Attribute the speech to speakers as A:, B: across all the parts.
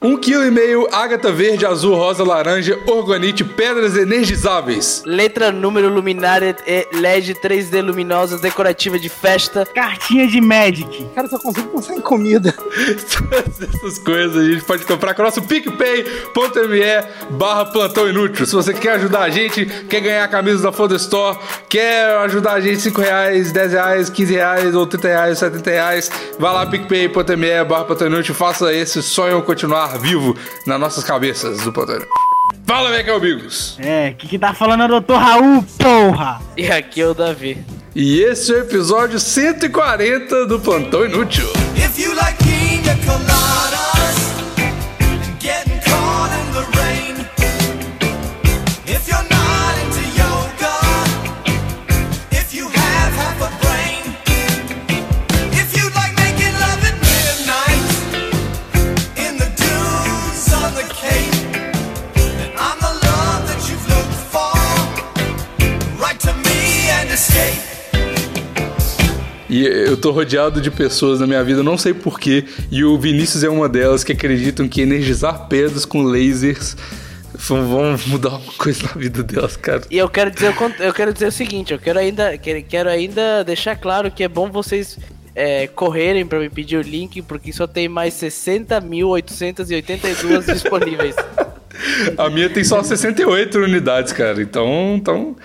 A: Um quilo e meio, ágata verde, azul, rosa, laranja, organite, pedras energizáveis.
B: Letra, número, luminária, é e LED 3D luminosa, decorativa de festa.
C: Cartinha de Magic.
D: Cara, eu só consigo pensar em comida.
A: Todas essas coisas a gente pode comprar com o nosso picpay.me barra plantão inútil. Se você quer ajudar a gente, quer ganhar a camisa da Foda Store, quer ajudar a gente 5 reais, 10 reais, 15 reais, 80 reais, 70 reais, vai lá picpay.me barra plantão inútil, faça esse sonho continuar vivo nas nossas cabeças do plantão inútil. Fala, meus amigos!
C: É, que que tá falando é o Dr. Raul, porra?
B: E aqui é o Davi.
A: E esse é o episódio 140 do Plantão Inútil.
E: If you like pina coladas and getting caught in the rain, if you're not into yoga, if you have half a brain, if you like making love at midnight in the dunes on the cape, then I'm the love that you've looked for. Write to me and escape.
A: E eu tô rodeado de pessoas na minha vida, não sei porquê, e o Vinícius é uma delas que acreditam que energizar pedras com lasers vão vão mudar uma coisa na vida delas, cara.
B: E eu quero dizer, o cont- eu quero dizer o seguinte, eu quero ainda, quero, quero ainda deixar claro que é bom vocês é, correrem pra me pedir o link, porque só tem mais 60.882 disponíveis.
A: A minha tem só 68 unidades, cara, então, então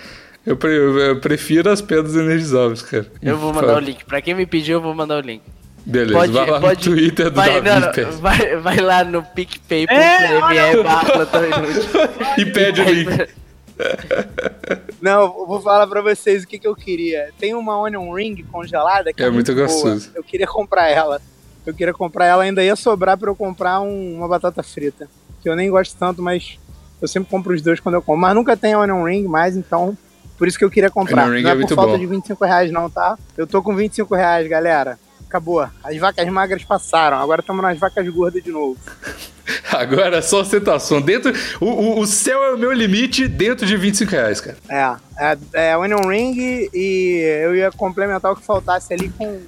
A: eu, pre- eu prefiro as pedras energizáveis, cara.
B: Eu vou mandar o link. Pra quem me pediu, eu vou mandar o link.
A: Beleza, vai lá no Twitter do
B: vai, não,
A: Davi
B: não,
A: e pede-
B: vai, vai lá no picpay.me
C: É, olha-
B: barra plantão inútil.
A: e pede o link.
D: Não, eu vou falar pra vocês o que, que eu queria. Tem uma onion ring congelada que é,
A: É muito
D: boa.
A: gostoso.
D: Eu queria comprar ela. Eu queria comprar ela, ainda ia sobrar pra eu comprar um- uma batata frita. Que eu nem gosto tanto, mas eu sempre compro os dois quando eu compro. Mas nunca tem onion ring mais, então por isso que eu queria comprar.
A: Onion ring
D: não
A: é
D: por
A: muito
D: falta
A: bom.
D: de 25 reais não, tá? Eu tô com 25 reais, galera. Acabou. As vacas magras passaram, agora estamos nas vacas gordas de novo.
A: Agora é só ostentação. Dentro, o, o, o céu é o meu limite dentro de 25 reais, cara.
D: É, é, é onion ring e eu ia complementar o que faltasse ali com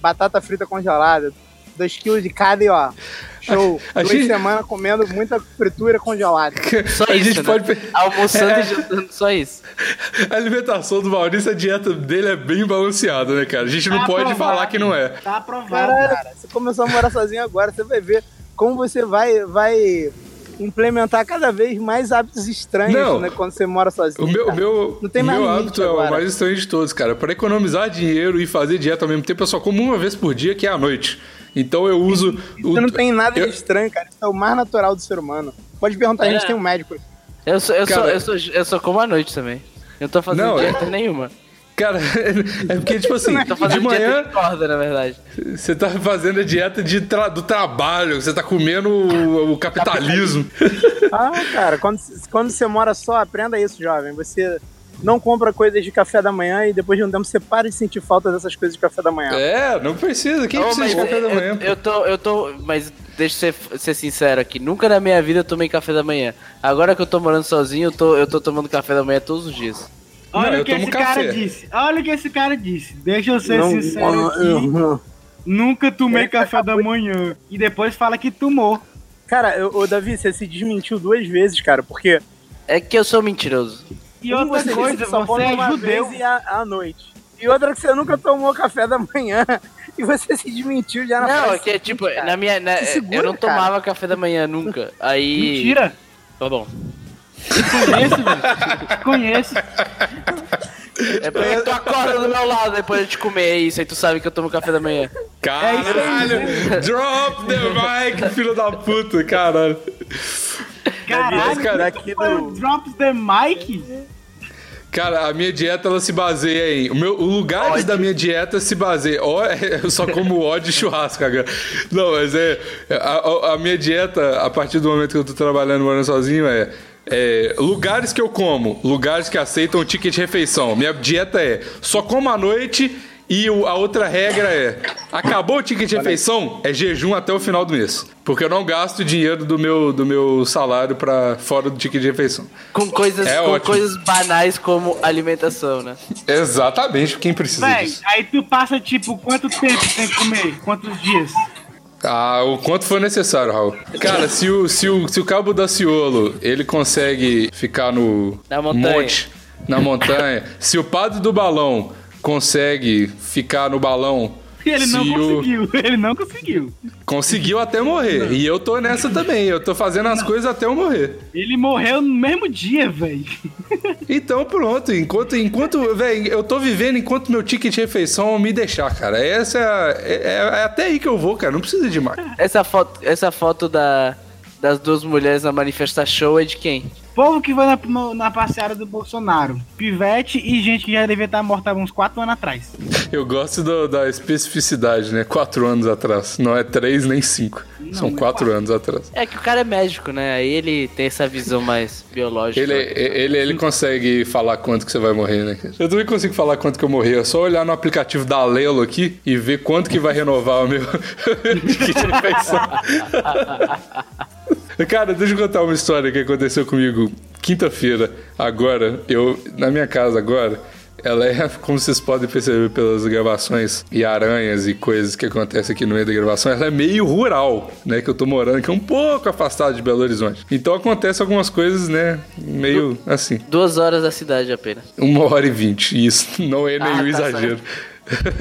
D: batata frita congelada. 2 quilos de cada e ó, show.
A: A- a
D: Duas
A: gente-
D: semanas comendo muita fritura congelada.
B: Só
A: a
B: isso,
A: gente
B: né?
A: pode. pe- É.
B: Almoçando e jantando, só isso.
A: A alimentação do Maurício, a dieta dele é bem balanceada, né, cara? A gente não
D: É
A: pode falar que não é.
C: Tá aprovado.
D: Caralho, cara, você começou a morar sozinho agora, você vai ver como você vai, vai implementar cada vez mais hábitos estranhos
A: Não.
D: né, quando você mora sozinho.
A: O meu, o
D: cara.
A: meu,
D: Não tem mais
A: meu
D: limite
A: hábito é o
D: agora.
A: mais estranho de todos, cara. Pra economizar dinheiro e fazer dieta ao mesmo tempo, eu só como uma vez por dia, que é à noite. Então eu uso. o-
D: Você não tem nada
A: eu-
D: de estranho, cara. Isso é o mais natural do ser humano. Pode perguntar, a gente
B: É.
D: tem um médico. aqui.
B: Eu sou, eu,
A: Cara-
B: sou, eu, sou, eu sou como à noite também. Eu não tô fazendo
A: Não,
B: dieta nenhuma.
A: Cara, é porque, tipo assim,
B: Eu tô
A: de
B: fazendo dieta
A: manhã
B: de corda, na verdade.
A: você tá fazendo a dieta de tra- do trabalho, você tá comendo o, o capitalismo.
D: Ah, cara, quando, quando você mora só, aprenda isso, jovem. Você não compra coisas de café da manhã e depois de um tempo você para de sentir falta dessas coisas de café da manhã.
A: É, não precisa. Quem
B: Não,
A: precisa de
B: mas é,
A: café da
B: eu-
A: manhã?
B: Eu, tô, eu tô. Mas deixa eu ser, ser sincero aqui. Nunca na minha vida eu tomei café da manhã. Agora que eu tô morando sozinho, eu tô, eu tô tomando café da manhã todos os dias.
C: Olha
A: Não, eu
C: o que
A: tomo
C: esse
A: café.
C: cara disse. Olha o que esse cara disse. Deixa eu ser sincero aqui.
D: não.
C: Nunca tomei café da manhã. E depois fala que tomou.
D: Cara, eu- ô, Davi, você se desmentiu duas vezes, cara, porque
B: É que eu sou mentiroso.
C: E
D: um
C: outra
D: você disse
C: coisa,
D: que só
C: você
D: come
C: é
D: uma
C: judeu.
D: vez e à, à noite. E outra que você nunca tomou café da manhã e você se desmentiu já na
B: Não,
D: frase
B: é que é tipo,
D: seguinte, cara.
B: na minha. na-
D: Se segura,
B: eu não
D: cara.
B: tomava café da manhã nunca. Aí.
C: Mentira.
B: Tá bom.
C: Conheço, velho. Conheço.
B: É porque tu acorda do meu lado depois de comer isso, aí tu sabe que eu tomo café da manhã.
A: Caralho! Drop the mic, filho da puta, caralho.
C: Caralho.
A: cara,
D: daqui
C: Foi o
D: do...
C: Drops the Mic?
A: Cara, a minha dieta ela se baseia em. O, meu, o lugares da minha dieta se baseia. Ó, eu só como ódio e churrasco agora. Não, mas é. A, a- a minha dieta, a partir do momento que eu tô trabalhando morando sozinho, é. é, lugares que eu como, lugares que aceitam o ticket de refeição. Minha dieta é só como à noite e o- a outra regra é: acabou o ticket de refeição, é jejum até o final do mês. Porque eu não gasto dinheiro do meu, do meu salário para fora do ticket de refeição.
B: Com coisas,
A: É
B: com
A: ótimo.
B: coisas banais como alimentação, né?
A: Exatamente, quem precisa
C: Véi,
A: disso.
C: aí tu passa tipo quanto tempo sem comer? Quantos dias?
A: Ah, o quanto for necessário, Raul. Cara, se o, se o, se o Cabo Daciolo, ele consegue ficar no
B: Na montanha.
A: monte, na montanha, se o Padre do Balão consegue ficar no balão,
C: Ele não
A: se o-
C: conseguiu, ele não conseguiu.
A: Conseguiu até morrer. E eu tô nessa também. Eu tô fazendo as coisas até eu morrer.
C: Ele morreu no mesmo dia, velho.
A: Então, pronto. Enquanto, enquanto velho, eu tô vivendo enquanto meu ticket de refeição me deixar, cara. Essa é, a- é- é até aí que eu vou, cara. Não precisa de mais.
B: Essa foto, essa foto da, das duas mulheres na manifestação é de quem?
C: Povo que vai na, no- na passeada do Bolsonaro. Pivete e gente que já devia estar morta há uns 4 anos atrás.
A: Eu gosto do- da especificidade, né? Quatro anos atrás. Não é três nem cinco. São quatro anos atrás.
B: É que o cara é médico, né? Aí ele tem essa visão mais biológica.
A: Ele, é- ele, ele consegue falar quanto que você vai morrer, né? cara? Eu também consigo falar quanto que eu morri. É só olhar no aplicativo da Alelo aqui e ver quanto que vai renovar o meu ticket de refeição. Cara, deixa eu contar uma história que aconteceu comigo quinta-feira, agora. Eu, na minha casa agora, ela é, como vocês podem perceber pelas gravações e aranhas e coisas que acontecem aqui no meio da gravação, ela é meio rural, né? Que eu tô morando aqui um pouco afastado de Belo Horizonte. Então acontece algumas coisas, né? Meio assim.
B: Duas horas da cidade apenas.
A: Uma hora e vinte, isso não é nenhum
B: tá
A: exagero.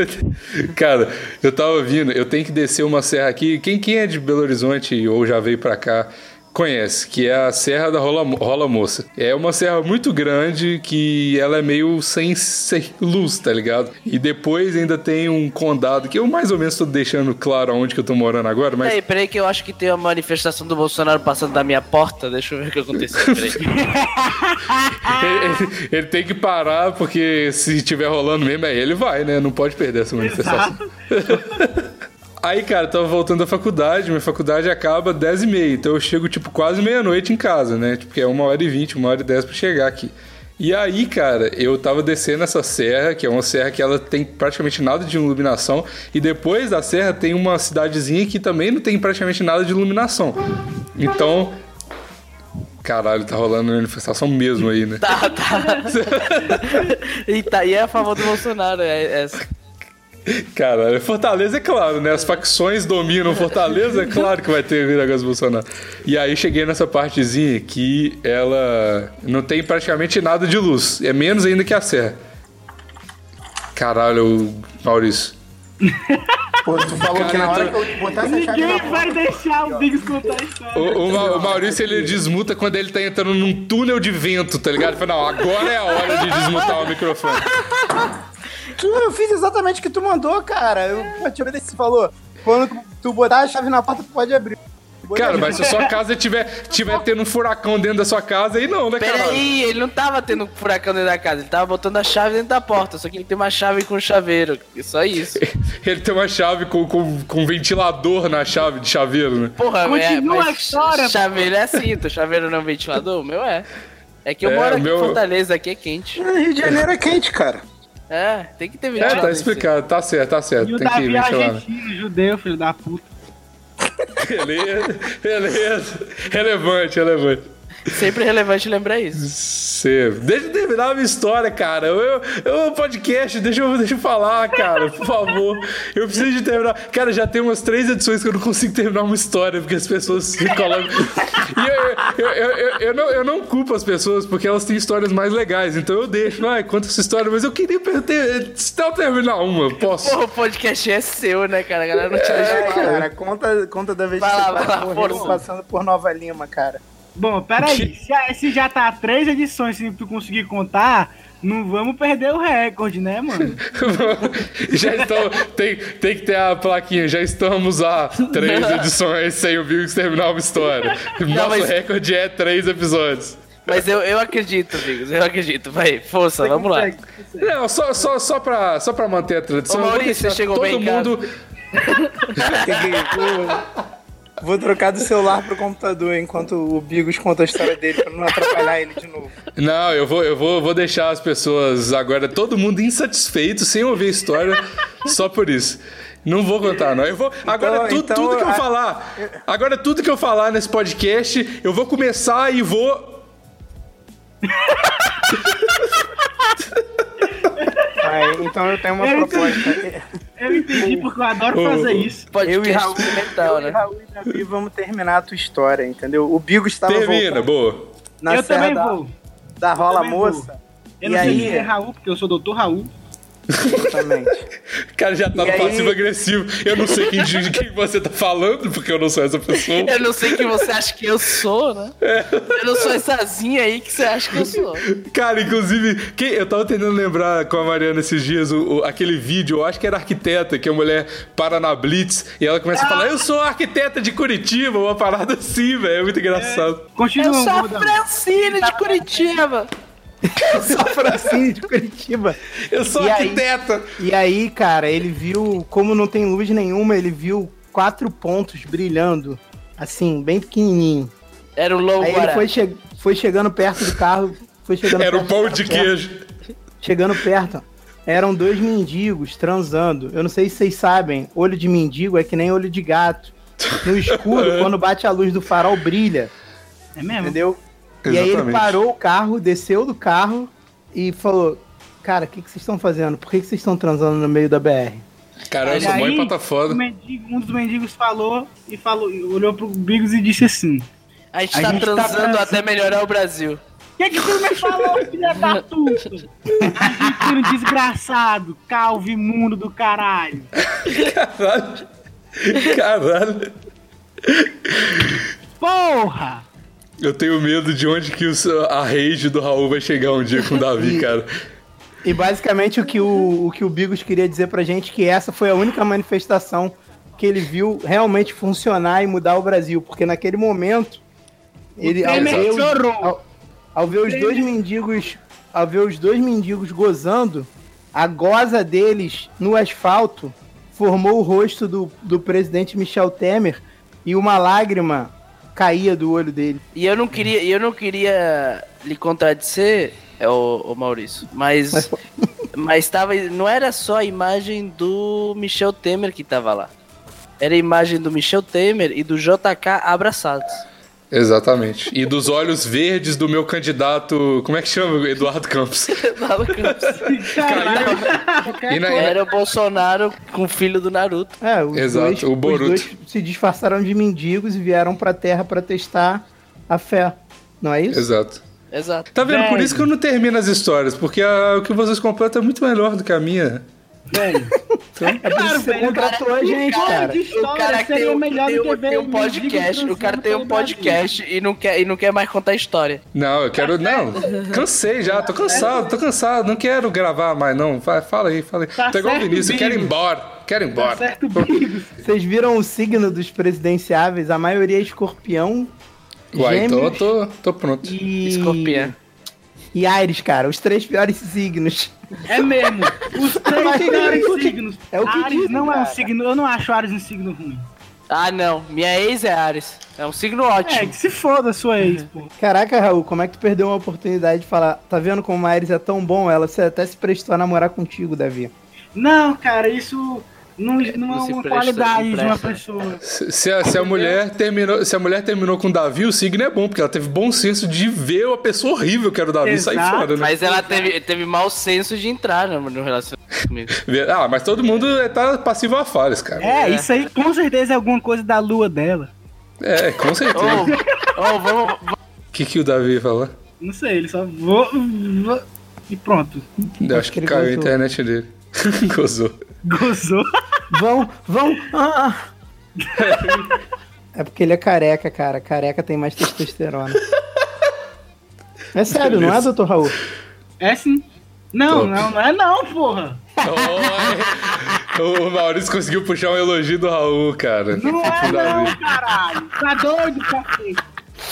A: Cara, eu tava vindo, eu tenho que descer uma serra aqui. Quem, quem é de Belo Horizonte ou já veio pra cá conhece, que é a Serra da Rola, Rola Moça. É uma serra muito grande que ela é meio sem, sem luz, tá ligado? E depois ainda tem um condado que eu mais ou menos tô deixando claro aonde que eu tô morando agora, mas.
B: Peraí, peraí que eu acho que tem uma manifestação do Bolsonaro passando da minha porta. Deixa eu ver o que aconteceu. Peraí.
A: Ele, ele- ele tem que parar, porque se tiver rolando mesmo, aí ele vai, né? Não pode perder essa manifestação. Aí, cara, eu tava voltando da faculdade, minha faculdade acaba 10 e meia, então eu chego, tipo, quase meia-noite em casa, né? Tipo, que é uma hora e vinte, uma hora e dez pra chegar aqui. E aí, cara, eu tava descendo essa serra, que é uma serra que ela tem praticamente nada de iluminação, e depois da serra tem uma cidadezinha que também não tem praticamente nada de iluminação. Então... Caralho, tá rolando uma manifestação mesmo aí, né?
B: tá, tá. e, tá, e é a favor do Bolsonaro. É, é-
A: Cara, Fortaleza é claro, né? As facções dominam Fortaleza, é claro que vai ter o negócio do Bolsonaro. E aí cheguei nessa partezinha que ela não tem praticamente nada de luz. É menos ainda que a serra. Caralho, Maurício.
F: Pô, tu falou que na hora que eu botar essa chave
C: Ninguém
F: na porta.
C: vai deixar o Biggs contar a história.
A: O, o Ma- o Maurício, ele desmuta quando ele tá entrando num túnel de vento, tá ligado? Ele fala, não, agora é a hora de desmutar o microfone.
G: Eu fiz exatamente o que tu mandou, cara. Eu, pô, te obedeci, você falou. Quando tu, tu botar a chave na porta, tu pode abrir. Botei
A: Cara,
G: a-
A: mas se a sua casa tiver, tiver tendo um furacão dentro da sua casa, aí não, né, cara?
B: Peraí, ele não tava tendo furacão dentro da casa. Ele tava botando a chave dentro da porta. Só que ele tem uma chave com chaveiro. Só isso.
A: Ele tem uma chave com, com, com ventilador na chave de chaveiro, né?
B: Porra, é,
C: Continua
B: mas
C: a história,
B: Chaveiro é assim, tu chaveiro não é um ventilador? O meu é. É que eu
A: É,
B: moro
A: o
B: aqui
A: meu-
B: em Fortaleza, aqui é quente.
G: Rio de Janeiro é quente, cara.
B: É, tem que ter
A: É,
B: ventilador.
A: tá
B: em cima.
A: explicado, tá certo, tá certo.
C: E o
A: Tem que
C: Davi é
A: ventilar. né?
C: argentino, judeu, filho da puta.
A: Beleza, beleza. Relevante, relevante.
B: Sempre é relevante lembrar isso.
A: Cê- Deixa eu terminar a minha história, cara. Eu, eu podcast, deixa eu, deixa eu falar, cara, por favor. Eu preciso de terminar. Cara, já tem umas três edições que eu não consigo terminar uma história, porque as pessoas se colocam. E eu, eu, eu, eu- eu não, eu não culpo as pessoas, porque elas têm histórias mais legais. Então eu deixo, ai, conta essa história, mas eu queria per- ter, se não terminar uma, posso.
B: Porra, o podcast é seu, né, cara? A galera não te deixa.
F: É,
G: Cara, conta, conta da vez
B: Vai
G: que
B: lá,
G: você
B: vai
G: quase
B: lá,
G: morreu
B: força.
G: passando por Nova Lima, cara.
C: Bom, peraí. Se, a- se já tá três edições, se tu conseguir contar, não vamos perder o recorde, né, mano?
A: já estão. Tem, tem que ter a plaquinha. Já estamos há três edições sem o Biggs terminar uma história. Nosso
B: mas-
A: recorde é três episódios.
B: Mas eu, eu acredito, amigos, eu acredito. Vai, força, vamos lá.
A: Não, só, só, só, pra, só pra manter a tradição.
B: Ô,
A: eu vou
B: Maurício,
A: deixar
B: você chegou
A: todo
B: bem em casa?
A: mundo.
G: Vou trocar do celular pro computador enquanto o Bigos conta a história dele pra não atrapalhar ele de novo.
A: Não, eu vou, eu vou, vou deixar as pessoas agora, todo mundo insatisfeito, sem ouvir a história, só por isso. Não vou contar, não. Eu vou. Agora tu-
G: então,
A: tudo que eu
G: a-
A: falar. Agora tudo que eu falar nesse podcast, eu vou começar e vou.
G: Ah, então eu tenho uma proposta.
C: Eu entendi porque eu adoro fazer isso.
B: Podcast
G: Eu e Raul,
B: experimental,
G: eu e
B: né?
G: Raul e Davi vamos terminar a tua história, entendeu? O Bigo estava
A: Termina,
G: voltando
A: boa.
G: na
C: eu
G: Serra
C: também
G: da,
C: vou.
G: da Rola
C: também vou.
G: Moça.
C: Eu
G: e
C: não sei quem é
G: aí,
C: Raul, porque eu sou doutor Raul.
G: exatamente.
A: O cara já tá
G: E
A: no
G: aí-
A: passivo-agressivo. Eu não sei quem, de quem você tá falando, porque eu não sou essa pessoa.
B: Eu não sei quem você acha que eu sou, né? Eu não sou essazinha aí que você acha que eu sou.
A: Cara, inclusive, quem- eu tava tentando lembrar com a Mariana esses dias o, o- aquele vídeo, eu acho que era arquiteta, que a mulher para na Blitz e ela começa a falar: Eu sou arquiteta de Curitiba, uma parada assim, velho. É muito engraçado.
B: Eu
C: Continua,
B: sou a
C: Gordão.
B: Francine de Curitiba.
D: Só Francine de Curitiba.
A: Eu sou
D: E aí?
A: arquiteta.
D: E aí, cara, ele viu, como não tem luz nenhuma, ele viu quatro pontos brilhando, assim, bem pequenininho.
B: Era o Lobo
D: Aí ele foi, che- foi chegando perto do carro, foi chegando
A: Era
D: perto
A: um pão
D: do
A: de
D: carro,
A: queijo.
D: Chegando perto, eram dois mendigos transando. Eu não sei se vocês sabem, olho de mendigo é que nem olho de gato. No escuro, quando bate a luz do farol, brilha,
C: É mesmo?
D: entendeu? E aí ele
A: Exatamente.
D: parou o carro, desceu do carro e falou: Cara, o que, que vocês estão fazendo? Por que, que vocês estão transando no meio da BR?
A: Caralho, eu sou mãe
C: Aí,
A: pata
C: o
A: foda.
C: mendigo- um dos mendigos falou e falou, olhou pro Bigos e disse assim:
B: A gente
C: A
B: tá
C: gente tá
B: transando
C: transando.
B: até melhorar o Brasil.
C: O que, que tu me falou, filha da puta? Argentino desgraçado, calvo imundo do caralho.
A: Caralho. Caralho.
C: Porra!
A: Eu tenho medo de onde que o- a rage do Raul vai chegar um dia com o Davi, cara.
D: E basicamente o que o, o que o Bigos queria dizer pra gente é que essa foi a única manifestação que ele viu realmente funcionar e mudar o Brasil, porque naquele momento ele ao
A: Temer
D: ver, os-
C: chorou.
D: ao- ao ver os dois mendigos, ao ver os dois mendigos gozando, a goza deles no asfalto formou o rosto do, do presidente Michel Temer e uma lágrima caía do olho dele.
B: E eu não queria, eu não queria lhe contradizer, é o, Maurício, mas mas tava, não era só a imagem do Michel Temer que tava lá. Era a imagem do Michel Temer e do JK abraçados.
A: Exatamente. E dos olhos verdes do meu candidato. Como é que chama? Eduardo Campos.
B: tá
C: Caralho,
A: E na-
B: Era o Bolsonaro com o filho do Naruto.
D: É, os
A: Exato,
D: dois,
A: o Boruto.
D: os dois se disfarçaram de mendigos e vieram pra terra pra testar a fé. Não é isso?
A: Exato.
B: Exato.
A: Tá vendo? Por
C: Velho.
A: isso que eu não termino as histórias, porque a- o que vocês completam é muito melhor do que a minha.
C: velho.
D: É por isso que você
C: velho,
D: contratou a gente,
C: cara, é
D: cara.
C: de-
B: O cara
C: História
B: tem
C: seria
B: um,
C: melhor
B: tem
C: do
B: um-
C: que ver
B: tem um
C: mendigo
B: podcast, o cara
C: transando
B: tem um
C: pelo Brasil.
B: podcast e não quer e não quer mais contar a história.
A: Não, eu
C: Tá
A: quero. Não, cansei já, tô cansado, tô cansado, não quero gravar mais, não. Vai, fala aí, fala aí.
C: Tá
A: tô igual o
C: certo,
A: Vinícius, quero ir
C: Bigos.
A: embora, quero ir embora.
C: Certo, Bigos.
D: Vocês viram o signo dos presidenciáveis? A maioria é escorpião
A: Uai, então eu
D: Gêmeos.
A: tô, tô pronto.
D: e.
B: Escorpião.
D: E Ares, cara. Os três piores signos.
C: É mesmo. Os três
D: Mas tem
C: piores
D: o que-
C: signos.
D: é o que
C: Ares
D: dizem,
C: não é um
D: cara.
C: signo. Eu não acho Ares um signo ruim.
B: Ah, não. Minha ex é Ares. É um signo
C: É,
B: ótimo.
C: que se foda a sua ex, pô.
D: Caraca, Raul, como é que tu perdeu uma oportunidade de falar? Tá vendo como a Ares é tão bom? Ela se- até se prestou a namorar contigo, Davi.
C: Não, cara, isso não, não é
B: Não se
C: uma
B: presta,
C: qualidade
B: não
C: de uma
B: presta.
C: pessoa.
A: Se, se a, se a mulher terminou, se a mulher terminou com o Davi, o signo é bom, porque ela teve bom senso de ver a pessoa horrível que era o Davi sair
C: Exato.
A: fora, né?
B: Mas ela teve, teve mau senso de entrar no, no relacionamento comigo.
A: Ah, mas todo mundo é- tá passivo a falhas, cara.
C: É, isso aí com certeza é alguma coisa da lua dela.
A: É, com certeza.
B: Ô, ô, vamos,
A: O que, que o Davi ia falar?
C: Não sei, ele só vou, vou- e pronto.
A: Eu acho que,
D: ele
A: caiu a
D: gozou.
A: internet dele. Gozou.
C: Gozou.
D: Vão, vão. Ah. É porque ele é careca, cara. Careca tem mais testosterona. É sério, não é, doutor Raul?
C: É sim. Não,
A: Top.
C: não, não é não, porra.
A: Oi! o Maurício conseguiu puxar um elogio do Raul, cara.
C: Não é
A: Pro Davi.
C: não, caralho. Tá doido, cacete.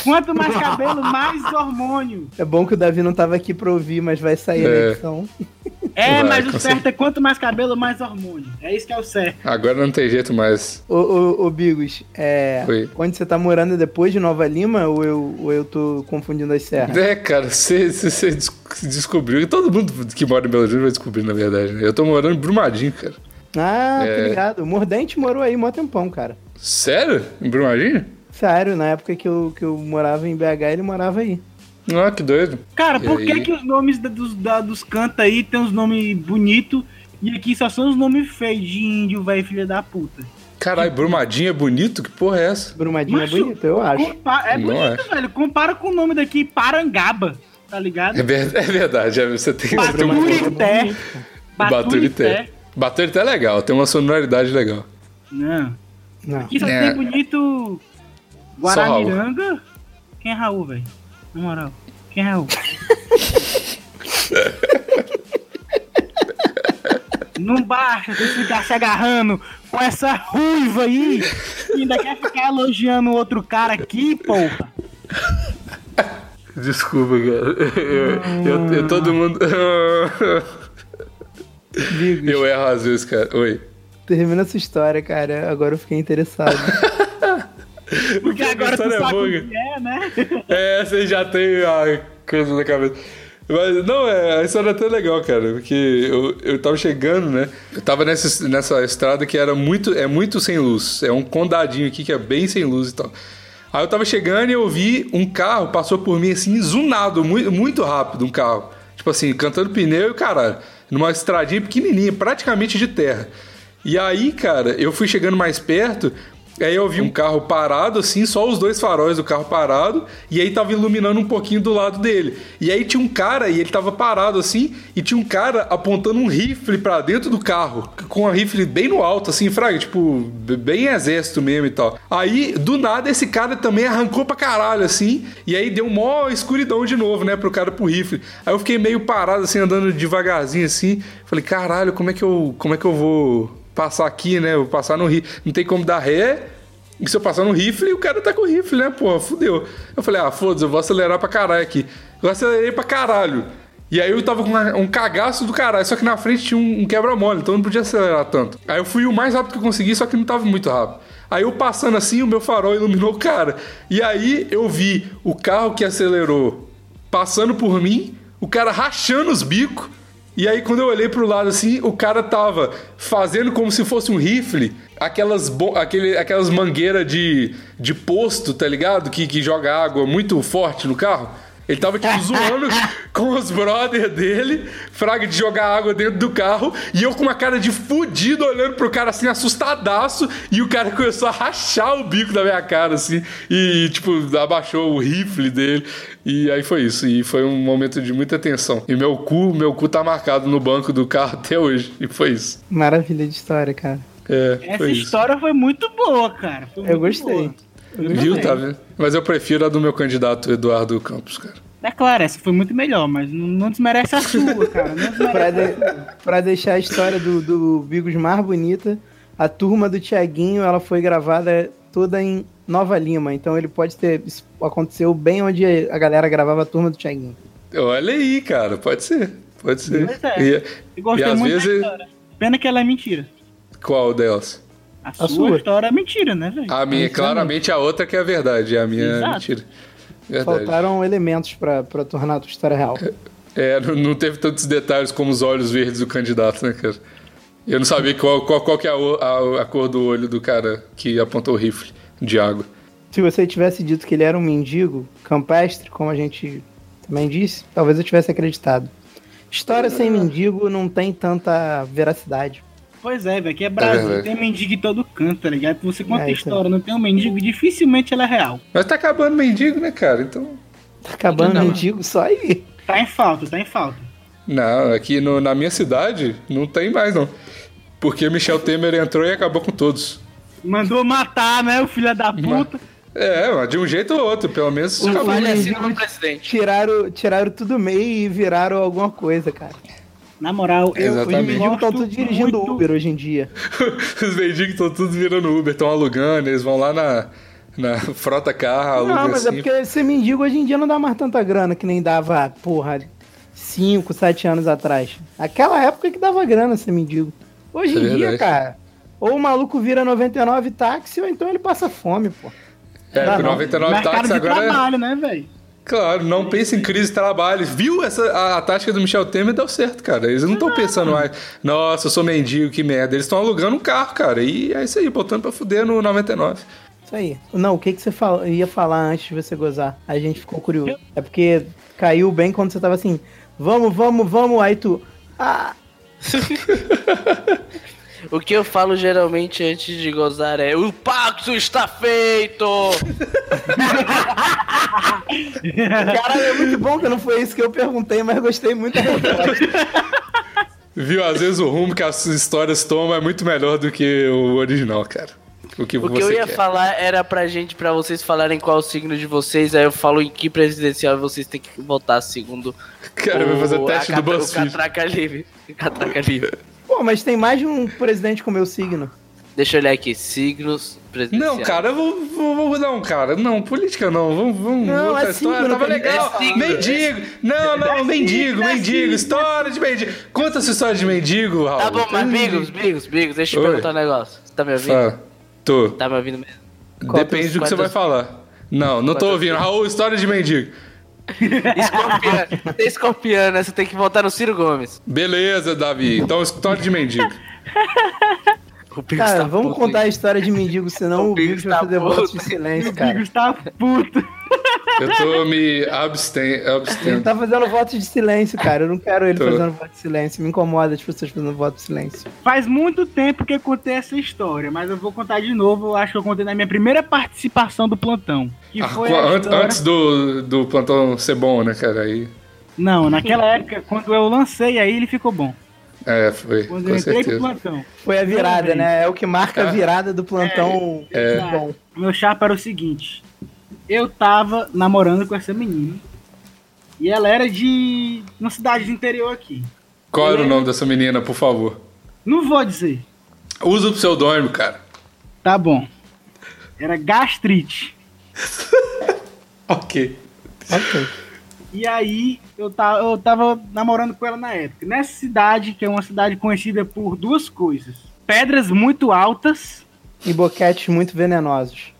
C: Quanto mais cabelo, mais hormônio.
D: É bom que o Davi não tava aqui pra ouvir, mas vai sair
A: É.
D: a edição.
C: É,
A: Vai,
C: mas
A: com
C: o certo é quanto mais cabelo, mais hormônio. É isso que é o certo.
A: Agora não tem jeito mais.
D: Ô, ô, ô Bigos, é,
A: Oi.
D: onde você tá morando é depois de Nova Lima ou eu, ou eu tô confundindo as serras?
A: É, cara, você você des- descobriu. Todo mundo que mora em Belo Horizonte vai descobrir, na verdade. né? Eu tô morando em Brumadinho, cara.
D: Ah,
A: É.
D: tô ligado. O Mordente morou aí mó tempão, cara.
A: Sério? Em Brumadinho?
D: Sério, na época que eu, que eu morava em BH, ele morava aí.
A: Ah, que doido.
C: Cara,
A: E
C: por que,
A: aí?
C: que os nomes da- dos, da- dos cantos aí tem uns nomes bonitos E aqui só são os nomes feios de índio, velho, filha da puta.
A: Caralho, Brumadinho é bonito? Que porra é essa?
D: Brumadinho
C: Macho,
D: é bonito, eu acho.
C: Compa- é
A: Não
C: bonito, velho. Compara com o nome daqui, Parangaba, tá ligado?
A: É, ver- é verdade, é- você tem, você tem um ponto.
C: Baturité.
A: Baturité. Baturité é legal, tem uma sonoridade legal.
C: Não.
D: Não.
C: Aqui só
A: É.
C: tem bonito Guaramiranga. Quem é Raul, velho? Na moral. Quem é Raul? Não basta você ficar se agarrando com essa ruiva aí e ainda quer ficar elogiando outro cara aqui, porra.
A: Desculpa, cara. Eu, eu- eu- todo mundo.
D: Digo,
A: Eu erro às vezes, cara. Oi.
D: termina essa história, cara. Agora eu fiquei interessado.
C: Porque agora tu
A: história é
C: sabe
A: boa,
C: o que é, né?
A: É, você já tem a coisa na cabeça. Mas, não, é, a história é até legal, cara, porque eu, eu tava chegando, né? Eu tava nessa, nessa estrada que era muito, é muito sem luz. É um condadinho aqui que é bem sem luz e tal. Aí eu tava chegando e eu vi um carro, passou por mim assim, zunado, muito, muito rápido um carro. Tipo assim, cantando pneu e, cara, numa estradinha pequenininha, praticamente de terra. E aí, cara, eu fui chegando mais perto, aí eu vi um carro parado, assim, só os dois faróis do carro parado, e aí tava iluminando um pouquinho do lado dele. E aí tinha um cara, e ele tava parado assim, e tinha um cara apontando um rifle pra dentro do carro, com a rifle bem no alto, assim, fraga, tipo, b- bem exército mesmo e tal. Aí, do nada, esse cara também arrancou pra caralho, assim, e aí deu mó escuridão de novo, né, pro cara pro rifle. Aí eu fiquei meio parado, assim, andando devagarzinho, assim, falei, caralho, como é que eu, como é que eu vou passar aqui, né? Eu Vou passar no rifle. Não tem como dar ré. E se eu passar no rifle, o cara tá com o rifle, né? Porra, fudeu. Eu falei, ah, foda-se, eu vou acelerar pra caralho aqui. Eu acelerei pra caralho. E aí eu tava com uma- um cagaço do caralho, só que na frente tinha um, um quebra-mola, então eu não podia acelerar tanto. Aí eu fui o mais rápido que eu consegui, só que não tava muito rápido. Aí eu passando assim, o meu farol iluminou o cara. E aí eu vi o carro que acelerou passando por mim, o cara rachando os bicos. E aí, quando eu olhei pro lado assim, o cara tava fazendo como se fosse um rifle, aquelas, bo- aquele, aquelas mangueiras de, de posto, tá ligado? Que, que joga água muito forte no carro. Ele tava, tipo, zoando com os brother dele, fraga de jogar água dentro do carro, e eu com uma cara de fudido olhando pro cara, assim, assustadaço, e o cara começou a rachar o bico da minha cara, assim, e, tipo, abaixou o rifle dele, e aí foi isso, e foi um momento de muita tensão. E meu cu, meu cu tá marcado no banco do carro até hoje, e foi isso.
D: Maravilha de história, cara.
A: É,
C: Essa
A: foi isso.
C: história foi muito boa, cara. Foi muito
D: Eu gostei.
C: boa. né,
A: Viu, tá vendo? Mas eu prefiro a do meu candidato, Eduardo Campos, cara.
C: É claro, essa foi muito melhor, mas não, não desmerece a sua, cara. Não
D: Pra,
C: desmerece.
D: de- pra deixar a história do, do Bigos mais bonita, a turma do Tiaguinho ela foi gravada toda em Nova Lima. Então ele pode ter. isso aconteceu bem onde a galera gravava a turma do Tiaguinho.
A: Olha aí, cara, pode ser, pode ser.
C: Pois é.
A: E-
C: Eu gostei
A: E às
C: muito da
A: vezes-
C: história. Pena que ela é mentira.
A: Qual delas?
C: A, sua,
D: sua.
C: história é mentira, né, velho?
A: A minha, é claramente a outra que é a verdade, a minha é
C: Exato.
A: mentira. Verdade.
D: Faltaram elementos pra, pra tornar a tua história real.
A: É, não, não teve tantos detalhes como os olhos verdes do candidato, né, cara? Eu não sabia qual, qual, qual que é a, o- a- a cor do olho do cara que apontou o rifle de água.
D: Se você tivesse dito que ele era um mendigo campestre, como a gente também disse, talvez eu tivesse acreditado. História sem mendigo não tem tanta veracidade.
C: Pois é, velho. Aqui é
A: É
C: Brasil.
A: verdade.
C: tem mendigo em todo canto, tá ligado? Você conta
D: É,
C: a
D: então.
C: história, não tem um mendigo, dificilmente ela é real.
A: Mas tá acabando o mendigo, né, cara? Então.
D: Tá acabando
B: Não, não.
D: mendigo só aí.
C: Tá em falta, tá em falta.
A: Não, aqui no- na minha cidade não tem mais, não. Porque Michel Temer entrou e acabou com todos.
C: Mandou matar, né, o filho da
A: Hum.
C: puta.
A: É, mas de um jeito ou outro, pelo menos.
D: O-
B: Não
A: acabou.
B: fale assim
D: mendigo-
B: como presidente.
D: Tiraram, tiraram tudo meio e viraram alguma coisa, cara.
C: Na moral, eu
D: Os
A: Exatamente.
D: mendigos estão
C: gosto
D: tudo tá dirigindo
C: muito-
D: Uber né? hoje em dia. assim.
A: Os mendigos estão todos virando Uber, estão alugando, eles vão lá na, na frota carro, alugam
D: Não, mas é
A: assim.
D: porque ser mendigo hoje em dia não dá mais tanta grana que nem dava, porra, 5, 7 anos atrás. Aquela época que dava grana ser mendigo.
A: É
D: Hoje em dia,
A: verdade.
D: cara, ou o maluco vira 99 táxi ou então ele passa fome, pô.
A: É,
D: Não,
A: com
D: não.
A: 99
C: Mercado
A: táxi
C: de
A: agora. é-
C: trabalho, né, velho?
A: Claro, não pensa em crise de trabalho. Viu essa a, a tática do Michel Temer deu certo, cara. Eles não estão pensando mais, nossa, eu sou mendigo, que merda. Eles estão alugando um carro, cara. E é isso aí, botando pra fuder no 99.
D: Isso aí. Não, o que, que você fal- ia falar antes de você gozar? A gente ficou curioso. É porque caiu bem quando você tava assim, vamos, vamos, vamos, aí tu. Ah,
B: O que eu falo geralmente antes de gozar é: O pacto está feito!
D: Caralho, é muito bom que não foi isso que eu perguntei, mas gostei muito da resposta.
A: Viu? Às vezes o rumo que as histórias tomam é muito melhor do que o original, cara. O que
B: O
A: você
B: que eu ia
A: quer.
B: falar era pra gente, pra vocês falarem qual é o signo de vocês, aí eu falo em que presidencial vocês têm que votar segundo.
A: Cara, eu vou fazer
B: o-
A: teste
B: a
A: do
B: catra- O
A: BuzzFeed.
B: catraca livre. Catraca livre.
D: Pô, mas tem mais de um presidente com meu signo.
B: Deixa eu olhar aqui, signos presidenciais.
A: Não, cara, eu vou, vou, vou- Não, cara, não, política não. Vamos, vamos.
D: Não,
A: outra
D: é
A: história.
D: signo,
A: Tava
D: cara,
A: legal. mendigo. Não,
B: É
A: não, mendigo, mendigo. História de mendigo. Conta essa história de mendigo, Raul.
B: Tá bom, mas
A: Tem-
B: Bigos, Bigos, Bigos, deixa eu
A: Oi.
B: perguntar um negócio. Você tá me ouvindo?
A: Fala. Tô.
B: Tá me ouvindo mesmo?
A: Depende do que você
B: quantas-
A: vai falar. Não, não tô ouvindo. Raul, história de mendigo.
B: Escorpiana, você é escorpiana, você tem que votar no Ciro Gomes.
A: Beleza, Davi. Então, história de mendigo.
B: O Bigos
D: Cara,
B: tá
D: vamos
B: puto,
D: contar a história de mendigo, senão
B: O
D: o Bigos
B: Bigos
D: vai
B: tá
D: fazer voto de
B: puto.
D: silêncio,
C: O
D: cara.
C: Bigos tá puto.
A: Eu tô me absten-
D: Ele
A: abstendo.
D: tá fazendo voto de silêncio, cara. Eu não quero ele
A: Tô.
D: fazendo voto de silêncio. Me incomoda as pessoas fazendo voto de silêncio.
C: Faz muito tempo que eu contei essa história, mas eu vou contar de novo. Eu acho que eu contei na minha primeira participação do plantão. Que
A: Ah,
C: foi
A: qua-
C: a
A: an-
C: história-
A: antes do, do plantão ser bom, né, cara? Aí.
C: Não, naquela época, quando eu lancei aí, ele ficou bom.
A: É, foi.
C: Quando eu
A: com
C: entrei pro
A: certeza.
C: plantão.
D: Foi a virada,
C: Parabéns.
D: né? É o que marca a virada do plantão.
A: Ah. É.
D: Bom,
C: Meu chapa era o seguinte: eu tava namorando com essa menina. E ela era de uma cidade do interior aqui.
A: Qual era o nome dessa menina, por favor?
C: Não vou dizer.
A: Usa o pseudônimo, cara.
C: Tá bom. Era gastrite.
A: Ok.
D: ok.
C: E aí eu tava, eu tava namorando com ela na época. Nessa cidade, que é uma cidade conhecida por duas coisas: pedras muito altas.
D: E boquetes muito venenosos.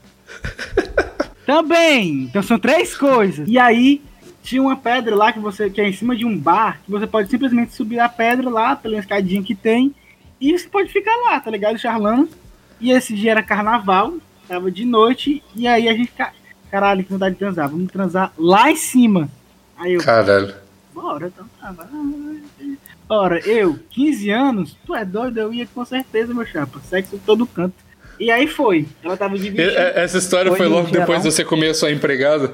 C: Também! Então são três coisas. E aí tinha uma pedra lá que você que é em cima de um bar, que você pode simplesmente subir a pedra lá pela escadinha que tem. E você pode ficar lá, tá ligado? Charlando. E esse dia era carnaval, tava de noite, e aí a gente. ca- Caralho, que vontade de transar. Vamos transar lá em cima. Aí eu,
A: Caralho.
C: Bora, então tá. vai. Ora, eu, 15 anos, tu é doido, eu ia com certeza, meu chapa. Sexo em todo canto. E aí foi. Ela tava de
A: E- e-
C: vestido.
A: Essa história
D: Oi,
A: foi logo
D: geral.
A: depois de você comer a sua empregada?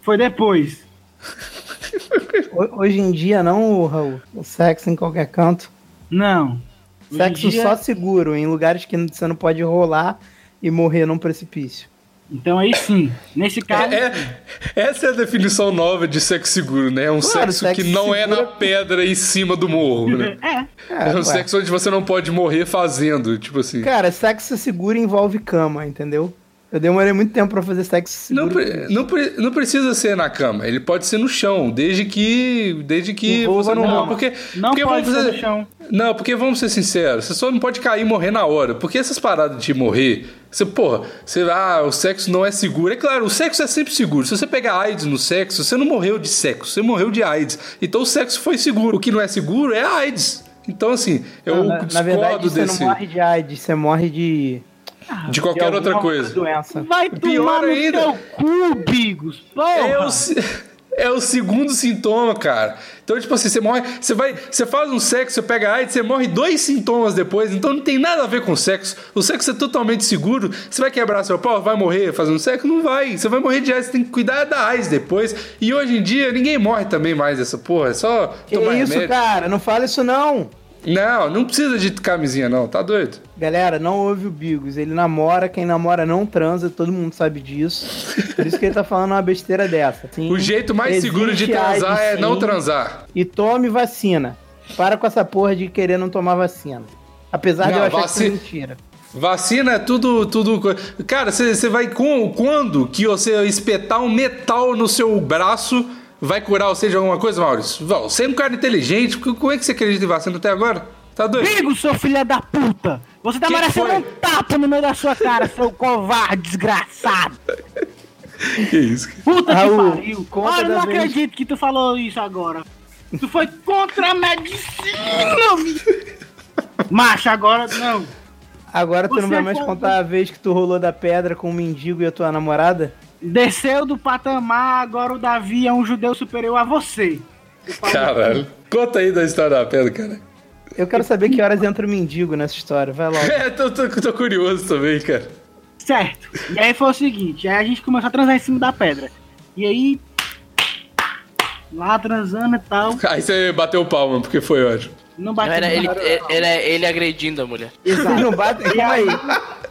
C: Foi depois.
D: Ho- Hoje em dia, não, Raul. O sexo em qualquer canto.
C: Não. Hoje em
D: Sexo
C: dia-
D: só seguro, em lugares que você não pode rolar e morrer num precipício.
C: Então aí sim. Nesse caso.
A: É, é- essa é a definição nova de sexo seguro, né? É um
D: Claro,
A: sexo,
D: sexo
A: que não é na
D: seguro é-
A: pedra em cima do morro, né?
C: É.
A: É,
D: É,
A: um
D: ué.
A: sexo onde você não pode morrer fazendo, tipo assim.
D: Cara, sexo seguro envolve cama, entendeu? Eu demorei muito tempo pra fazer sexo seguro.
A: Não, pre- não, pre- não precisa ser na cama, ele pode ser no chão, desde que. Desde que
D: Envolva
A: você
D: no
A: não.
D: ramo.
A: Porque,
C: Não
A: porque
C: pode
A: vamos
C: ser
A: ser-
C: no chão.
A: Não, porque vamos ser sinceros, você só não pode cair e morrer na hora. Porque essas paradas de morrer, você, porra, você, ah, o sexo não é seguro. É claro, o sexo é sempre seguro. Se você pegar AIDS no sexo, você não morreu de sexo, você morreu de AIDS. Então o sexo foi seguro. O que não é seguro é a AIDS. Então, assim, eu
D: Não, na,
A: discordo
D: na verdade, você
A: desse,
D: não morre de AIDS, você morre de.
C: Ah,
A: de
D: de
A: qualquer outra
D: alguma
A: coisa. É
D: Doença.
C: Vai tomar no
A: ainda-
C: teu cu, Bigos. Porra.
A: É o, se- é o segundo sintoma, cara. Então, tipo assim, você morre, você vai, você faz um sexo, você pega AIDS, você morre dois sintomas depois, então não tem nada a ver com sexo. O sexo é totalmente seguro. Você vai quebrar seu pau, vai morrer fazendo sexo? Não vai. Você vai morrer de AIDS, você tem que cuidar da AIDS depois. E hoje em dia ninguém morre também mais dessa porra, é só
D: Que
A: tomar
D: isso,
A: remédio.
D: cara? Não fala isso não!
A: Não, não precisa de camisinha não, tá doido?
D: Galera, não ouve o Bigos. Ele namora, quem namora não transa, todo mundo sabe disso. Por isso que ele tá falando uma besteira dessa. Sim,
A: O jeito mais
D: existe
A: seguro de transar
D: AIDS,
A: é não
D: sim.
A: transar.
D: E tome vacina. Para com essa porra de querer não tomar vacina. Apesar de
A: Não,
D: eu achar
A: vaci-
D: que isso é mentira.
A: Vacina é tudo, tudo. co- Cara, você vai com quando que você espetar um metal no seu braço vai curar você de alguma coisa, Maurício? Val, Você é um cara inteligente, co- como é que você acredita em vacina até agora? Tá doido?
C: Bigos, seu filho da puta. Você tá
A: Que
C: merecendo
A: foi?
C: um tapa no meio da sua cara, seu covarde desgraçado.
A: Que isso?
C: Puta
D: Raul,
C: que pariu.
D: conta
C: Olha, eu não
D: da vez-
C: acredito que tu falou isso agora. Tu foi contra a medicina, vi- Macho, agora não.
D: Agora tu
C: Você
D: não vai mais
C: é-
D: contar a vez que tu rolou da pedra com o mendigo e a tua namorada?
C: Desceu do patamar, agora o Davi é um judeu superior a você.
A: Caralho. Conta aí da história da pedra, cara.
D: Eu quero saber que horas entra o mendigo nessa história. Vai lá.
A: É, tô, tô, tô curioso também, cara.
C: Certo. E aí foi o seguinte, aí a gente começou a transar em cima da pedra. E aí. Lá transando e tal.
A: Aí você bateu palma, porque foi ótimo.
C: Não
B: Não,
C: bateu.
B: era ele,
C: nada.
B: é- era ele agredindo a mulher.
D: Vocês não batem. Calma aí.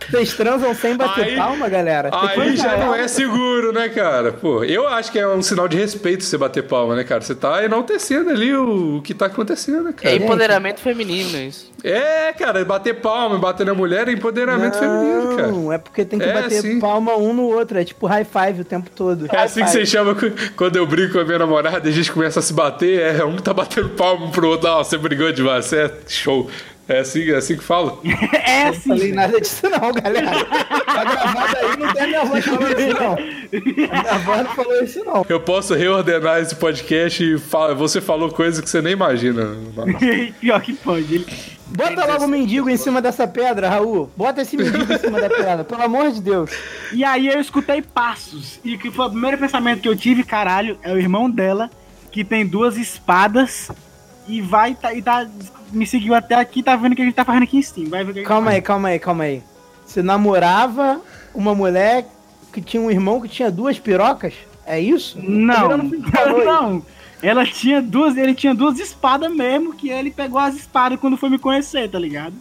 D: Vocês transam sem bater
A: Aí-
D: palma, galera?
A: Aí já não é seguro, né, cara? Pô, eu acho que é um sinal de respeito você bater palma, né, cara? Você tá enaltecendo ali o, o que tá acontecendo, né,
B: É
A: cara.
B: empoderamento feminino isso.
A: É, cara, bater palma, bater na mulher é empoderamento feminino, cara.
D: Não, é porque tem que
A: É,
D: bater
A: sim.
D: palma um no outro. É tipo high five o tempo todo.
A: É assim que você chama cu- quando eu brigo com a minha namorada e a gente começa a se bater, é um tá batendo palma pro outro, ah, você brigou demais, você é show. É assim, é assim que fala?
C: É
D: Não falei
C: assim.
D: nada disso não, galera. Tá gravado aí, não tem a minha avó que falou isso não. A minha avó não falou isso não.
A: Eu posso reordenar esse podcast e fala, você falou coisa que você nem imagina.
C: Pior que pode. Ele...
D: Bota logo o mendigo em cima dessa pedra, Raul. Bota esse mendigo em cima da pedra, pelo amor de Deus.
C: E aí eu escutei passos. E que foi o primeiro pensamento que eu tive, caralho, é o irmão dela, que tem duas espadas e vai tá, e tá, me seguiu até aqui, tá vendo o que a gente tá fazendo aqui em cima. Vai ver o que a gente
D: Calma
C: faz.
D: aí, calma aí, calma aí. Você namorava uma mulher que tinha um irmão que tinha duas pirocas? É isso?
C: Não,
D: Ele me falou isso.
C: não. Ela tinha duas, ele tinha duas espadas mesmo, que ele pegou as espadas quando foi me conhecer, tá ligado?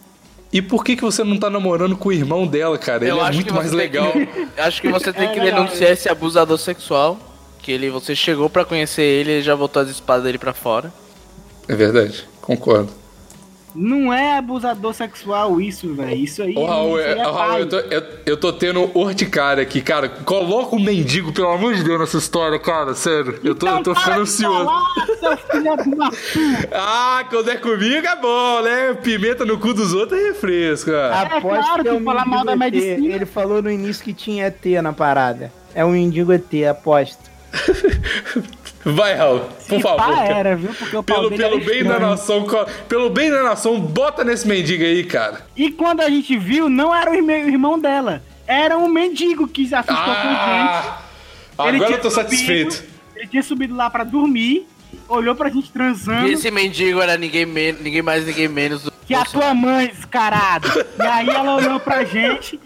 A: E por que, que você não tá namorando com o irmão dela, cara? Ele é muito mais
B: você tem
A: legal.
B: que- acho que você tem
C: É
B: que
C: legal,
B: denunciar esse abusador sexual. Que ele, você chegou pra conhecer ele, ele já botou as espadas dele pra fora.
A: É verdade, concordo.
C: Não é abusador sexual isso, velho. Isso aí.
A: Ô, Raul,
C: isso aí
A: é- ô, Raul,
C: pai.
A: eu, tô, eu- eu tô tendo horticária aqui, cara. Coloca o mendigo, pelo amor de Deus, nessa história, cara. Sério, eu tô, eu tô
C: Então para
A: ficando
C: de
A: ansioso.
C: falar, seu filho de uma puta.
A: Ah, quando é comigo é bom, né? Pimenta no cu dos outros é refresco,
C: Ah,
A: cara.
D: Aposto
C: claro
D: é
C: que
D: um
C: falar mal da
D: mendigo ET.
C: medicina.
D: Ele falou no início que tinha ET na parada. É um mendigo ET, aposto.
A: Vai, Raul, por
C: E
A: favor.
C: pá,
A: cara.
C: era, viu? Porque o pau
A: Pelo,
C: dele
A: pelo
C: era
A: bem da
C: estranho.
A: nação, co- pelo bem da nação, bota nesse mendigo aí, cara.
C: E quando a gente viu, não era o irmão, o irmão dela. Era um mendigo que se assustou com a gente.
A: Ah,
C: Ele
A: agora
C: tinha
A: eu tô
C: subido,
A: satisfeito.
C: Ele tinha subido lá pra dormir, olhou pra gente transando.
B: E esse mendigo era ninguém, men- ninguém mais, ninguém menos do
C: Hum. Que é a tua mãe, descarado. e aí ela olhou pra gente,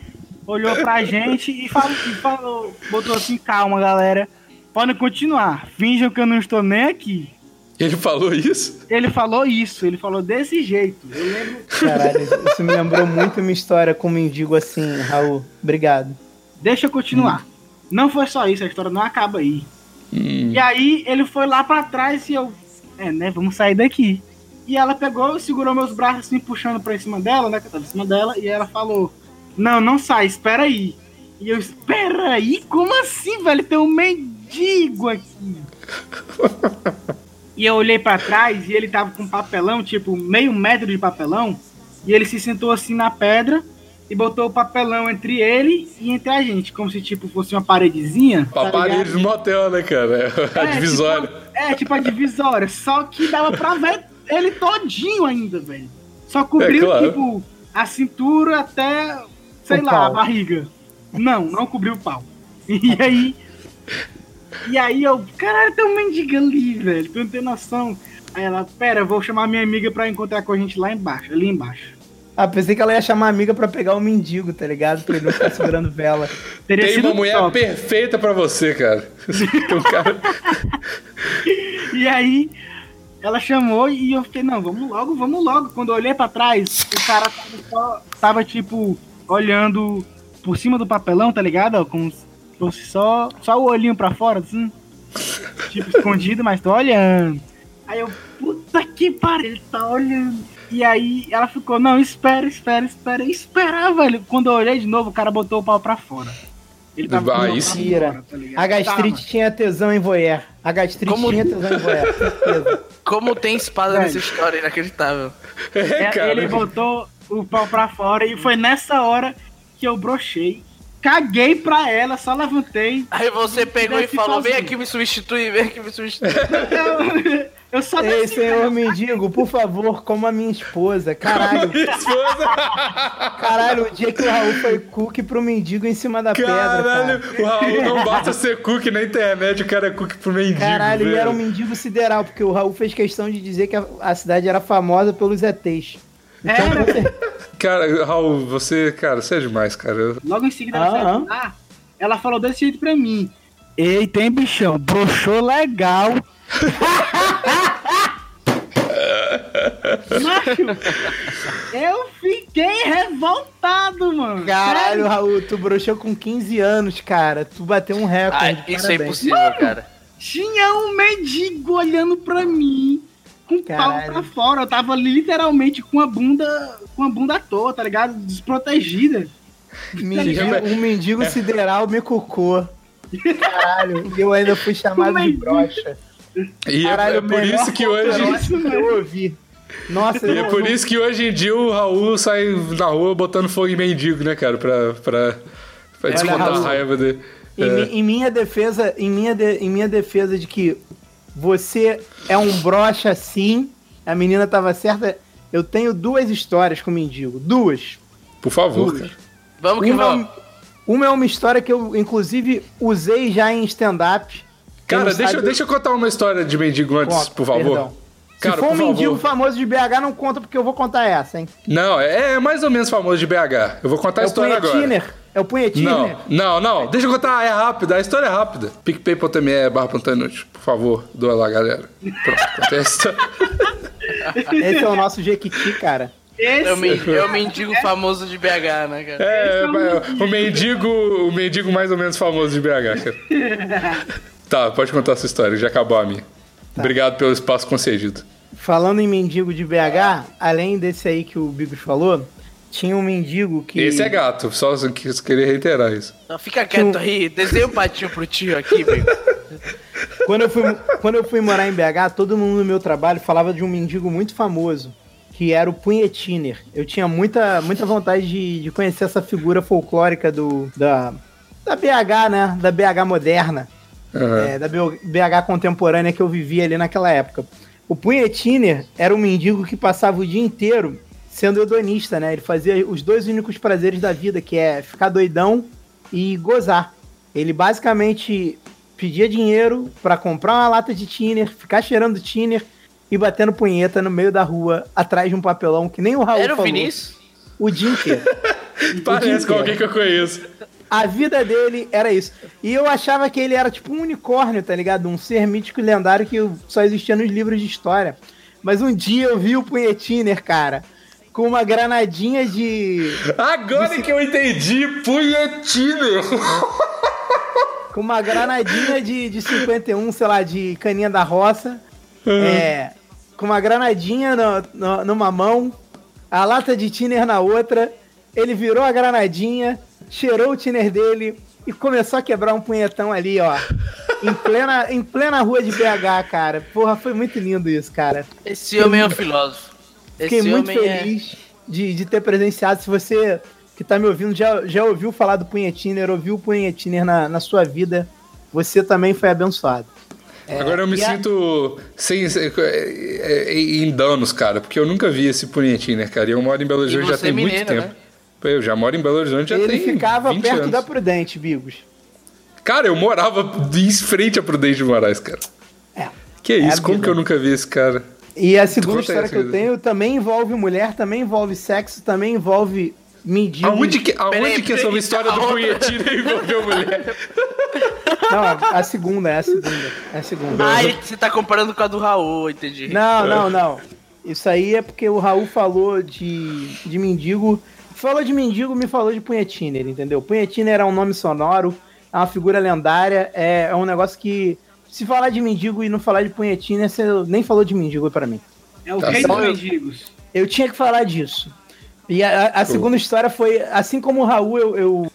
C: olhou pra gente e falou, e falou botou assim, calma, galera. Podem continuar. Finjam que eu não estou nem aqui.
A: Ele falou isso?
C: Ele falou isso, ele falou desse jeito. Eu lembro
D: Caralho, isso me lembrou muito uma história com um mendigo assim, Raul. Obrigado.
C: Deixa eu continuar.
A: Hum.
C: Não foi só isso, a história não acaba aí. E aí ele foi lá pra trás e eu, é, né, vamos sair daqui. E ela pegou, segurou meus braços assim, puxando pra cima dela, né, que eu tava em cima dela, e ela falou: "Não, não sai, espera aí". E eu, espera aí? Como assim, velho? Tem um mendigo aqui. e eu olhei pra trás e ele tava com papelão, tipo, meio metro de papelão, e ele se sentou assim na pedra e botou o papelão entre ele e entre a gente, como se tipo fosse uma paredezinha. tá
A: A parede
C: ligado?
A: do motel, né, cara? A
C: É,
A: divisória.
C: tipo- é, tipo a divisória, só que dava pra ver ele todinho ainda, velho. Só cobriu,
A: É, claro.
C: tipo, a cintura até, sei
D: O
C: lá, a
D: pau.
C: barriga. Não, não cobriu o pau. E aí. E aí eu, caralho, tem um mendigo ali, velho. Tu não tem noção. Aí ela, pera, eu vou chamar minha amiga pra encontrar com a gente lá embaixo, ali embaixo.
D: Ah, pensei que ela ia chamar a amiga pra pegar o mendigo, tá ligado? Pra ele não ficar segurando vela.
C: Teria
A: Tem
C: sido
A: uma mulher
C: top.
A: perfeita pra você, cara. Tem um cara-
C: E aí ela chamou e eu fiquei, não, vamos logo, vamos logo. Quando eu olhei pra trás, o cara tava, só- tava, tipo olhando por cima do papelão, tá ligado? Ó, Como se fosse só, só o olhinho pra fora, assim. Tipo, escondido, mas tô olhando. Aí eu, puta que pariu, ele tá olhando. E aí ela ficou, não, espera, espera, espera. E esperava, velho. Quando eu olhei de novo, o cara botou o pau pra fora. Ele tava
A: Vai,
C: com o pau
A: isso-
C: pra
D: Mentira.
C: fora, tá ligado?
D: A gastrite
C: Tava.
D: tinha tesão em voyeur. A gastrite
B: Como-
D: tinha tesão em voyeur, certeza.
B: Como tem espada
C: Velho.
B: nessa história, inacreditável.
A: É,
C: É,
A: cara.
C: ele botou o pau pra fora e foi nessa hora que eu brochei. Caguei pra ela, só levantei.
B: Aí você pegou e
C: Deve
B: falou:
C: fazer.
B: vem aqui me substituir, vem aqui me substituir.
C: Eu, Eu só
D: Ei, é
C: desci,
D: senhor
C: assim, cara.
D: mendigo, por favor, como a minha esposa. Caralho,
A: Minha esposa.
D: caralho, o dia que o Raul foi cook pro mendigo em cima da pedra,
A: Caralho,
D: cara.
A: o Raul não basta ser cookie na internet, o cara é cookie pro mendigo.
D: Caralho, ele
A: velho.
D: era um mendigo sideral, porque o Raul fez questão de dizer que a, a cidade era famosa pelos ETs. Então, com certeza-
A: Cara, Raul, você, cara, você é demais, cara.
C: Logo em seguida
D: Ah,
C: ela saiu
D: ah.
C: de lá, ela falou desse jeito pra mim. Eita, hein, bichão? Broxou legal. Macho, eu fiquei revoltado, mano.
D: Caralho, Raul, tu broxou com 15 anos, cara. Tu bateu um
B: Ah,
D: recorde.
B: isso é
D: parabéns.
B: impossível, cara.
C: Tinha um mendigo olhando pra mim. Com o pau
D: Caralho.
C: pra fora. Eu tava literalmente com a bunda. Com a bunda à toa, tá ligado? Desprotegida.
D: Mendigo, um mendigo sideral me cucou. Caralho, eu ainda fui chamado de
C: Mendigo.
D: broxa.
A: E é-
D: Caralho,
A: é, por
D: melhor né?
A: isso que hoje.
D: Eu acho que eu ouvi. Nossa,
A: E
D: eu
A: é por
D: não-
A: isso que hoje em dia o Raul sai na rua botando fogo em mendigo, né, cara? Pra, pra, pra descontar a
D: Raul.
A: raiva dele.
D: Em,
A: É.
D: mi- em minha defesa, em minha, de- em minha defesa de que você é um broxa sim, a menina tava certa. Eu tenho duas histórias com o mendigo. Duas.
A: Por favor, cara.
B: Vamos que
C: Um
B: vamos.
D: Uma, é um, uma é uma história que eu, inclusive, usei já em stand-up. Quem
A: Cara,
D: não
A: deixa,
D: sabe,
A: deixa eu contar uma história de mendigo antes,
D: conta,
A: por favor.
D: perdão.
A: Cara,
D: Se for
A: por
D: um mendigo
A: favor.
D: famoso de BH, não conta, porque eu vou contar essa, hein?
A: Não, é, é mais ou menos famoso de BH. Eu vou contar a
D: é o
A: história Tá agora.
D: Punhetiner. É o Punhetiner.
A: Não, não, não. Deixa eu contar, é rápida, a história é rápida. PicPay.me barra Pantanute, por favor, doa lá, galera. Pronto, contei a história.
D: Esse é o nosso Jequiti, cara.
B: É o
C: Esse.
B: men- é o mendigo famoso de BH, né, cara?
A: É,
C: Esse é um
A: é, o mendigo, o mendigo mais ou menos famoso de BH, cara. tá, pode contar essa história, já acabou a minha. Obrigado pelo espaço concedido.
D: Falando em mendigo de BH, além desse aí que o Bigos falou, tinha um mendigo que.
A: Esse é gato, só só que- só queria reiterar isso.
B: Não, Então fica quieto aí, desenha um patinho pro tio aqui, velho.
D: quando, eu fui, quando eu fui morar em BH, todo mundo no meu trabalho falava de um mendigo muito famoso, que era o Punhetiner. Eu tinha muita, muita vontade de, de conhecer essa figura folclórica do, da, da BH, né? Da BH moderna.
A: Aham.
D: é, da BO BH contemporânea que eu vivia ali naquela época. O Punhetiner era um mendigo que passava o dia inteiro sendo hedonista, né? Ele fazia os dois únicos prazeres da vida, que é ficar doidão e gozar. Ele basicamente pedia dinheiro pra comprar uma lata de tiner, ficar cheirando tiner e batendo punheta no meio da rua, atrás de um papelão, que nem o Raul
B: Era o
D: falou.
B: Vinícius?
D: O dia inteiro.
A: Parece com alguém que eu conheço.
D: A vida dele era isso. E eu achava que ele era tipo um unicórnio, tá ligado? Um ser mítico e lendário que só existia nos livros de história. Mas um dia eu vi o Punhetiner, cara, com uma granadinha de.
A: Agora que eu entendi, punhetino.
D: com uma granadinha de, de 51, sei lá, de caninha da roça. É, com uma granadinha no- no- numa mão, a lata de tiner na outra. Ele virou a granadinha, cheirou o tiner dele e começou a quebrar um punhetão ali, ó. Em plena, em plena rua de BH, cara. Porra, foi muito lindo isso, cara.
B: Esse homem é um filósofo. Esse
D: Fiquei muito
B: homem é-
D: feliz de, de ter presenciado. Se você que tá me ouvindo já, já ouviu falar do Punhetiner, ouviu o Punhetiner na, na sua vida, você também foi abençoado.
A: Agora eu me
D: É, e a-
A: sinto sem, sem- é, é, em danos, cara, porque eu nunca vi esse punhetino, cara. E eu moro em Belo Horizonte já
B: você
A: tem
B: é
A: muito
B: mineiro,
A: tempo. Eu já moro em Belo Horizonte já
D: né? Ele
A: tem
D: ficava
A: 20
D: perto
A: anos.
D: da Prudente, Bigos.
A: Cara, eu morava em frente a Prudente de Moraes, cara.
D: É.
A: Que isso?
D: a
A: Como
D: vida.
A: que eu nunca vi esse cara?
D: E a segunda
A: Conta
D: história
A: essa,
D: que eu
A: Guido.
D: tenho também envolve mulher, também envolve sexo, também envolve um- mendigo.
A: Aonde que, aonde
B: Peraí,
A: que essa
B: peraí,
A: história do
D: tá
B: a outra-
A: punhetino envolveu mulher?
D: Não, a, a segunda, é a segunda. É a segunda.
B: Ah, ele- você tá comparando com a do Raul, entendi.
D: Não, não, não. Isso aí é porque o Raul falou de, de mendigo. Falou de mendigo, me falou de Punhetiner, entendeu? Punhetiner era um nome sonoro, é uma figura lendária, é, é um negócio que. Se falar de mendigo e não falar de Punhetiner, você nem falou de mendigo pra mim.
C: É o
A: Tá
C: rei dos
A: certo.
C: mendigos.
D: Eu tinha que falar disso. E a, a- a segunda história foi, assim como o Raul, eu, eu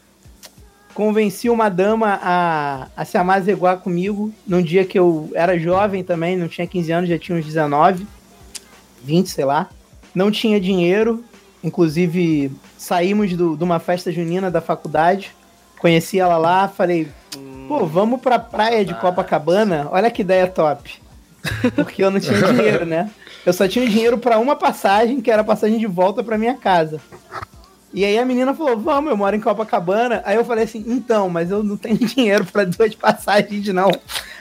D: convenci uma dama a, a se amazeguar comigo num dia que eu era jovem também, não tinha 15 anos, já tinha uns 19, 20, sei lá. Não tinha dinheiro, inclusive saímos do- de uma festa junina da faculdade, conheci
A: Hum,
D: ela lá, falei, pô, vamos pra praia de Copacabana, olha que ideia top. Porque eu não tinha dinheiro, né? Eu só tinha dinheiro pra uma passagem, que era a passagem de volta pra minha casa. E aí a menina falou: "Vamos, eu moro em Copacabana". Aí eu falei assim: "Então, mas eu não tenho dinheiro pra duas passagens não".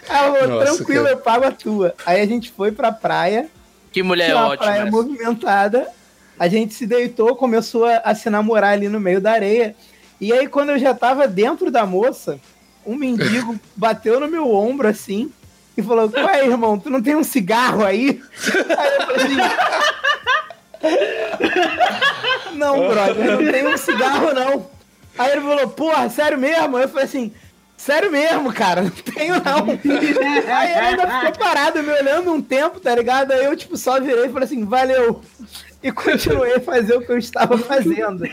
D: Aí ela falou:
A: Nossa,
D: "Tranquilo,
A: cara.
D: eu pago a tua". Aí a gente foi pra praia
B: Que mulher é
D: tinha uma
B: ótima.
D: praia
B: essa.
D: movimentada. A gente se deitou, começou a, a se namorar ali no meio da areia. E aí, quando eu já tava dentro da moça, um mendigo bateu no meu ombro assim e falou: Ué, irmão, tu não tem um cigarro aí? Aí eu falei assim, Não, brother, eu não tenho um cigarro, não. Aí ele falou, porra, sério mesmo? Eu falei assim, sério mesmo, cara, não tenho não. Aí ele ainda ficou parado me olhando um tempo, tá ligado? Aí eu, tipo, só virei e falei assim, valeu. E continuei a fazer o que eu estava fazendo.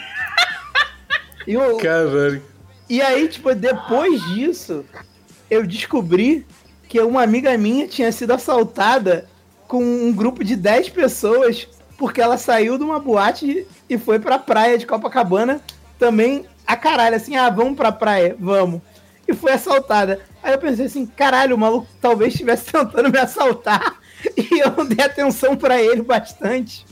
D: E, o-
A: Caralho.
D: e aí, tipo, depois disso, eu descobri que uma amiga minha tinha sido assaltada com um grupo de 10 pessoas, porque ela saiu de uma boate e foi pra praia de Copacabana também a caralho, assim, ah, vamos pra praia, vamos. E foi assaltada. Aí eu pensei assim, caralho, o maluco talvez estivesse tentando me assaltar e eu não dei atenção pra ele bastante.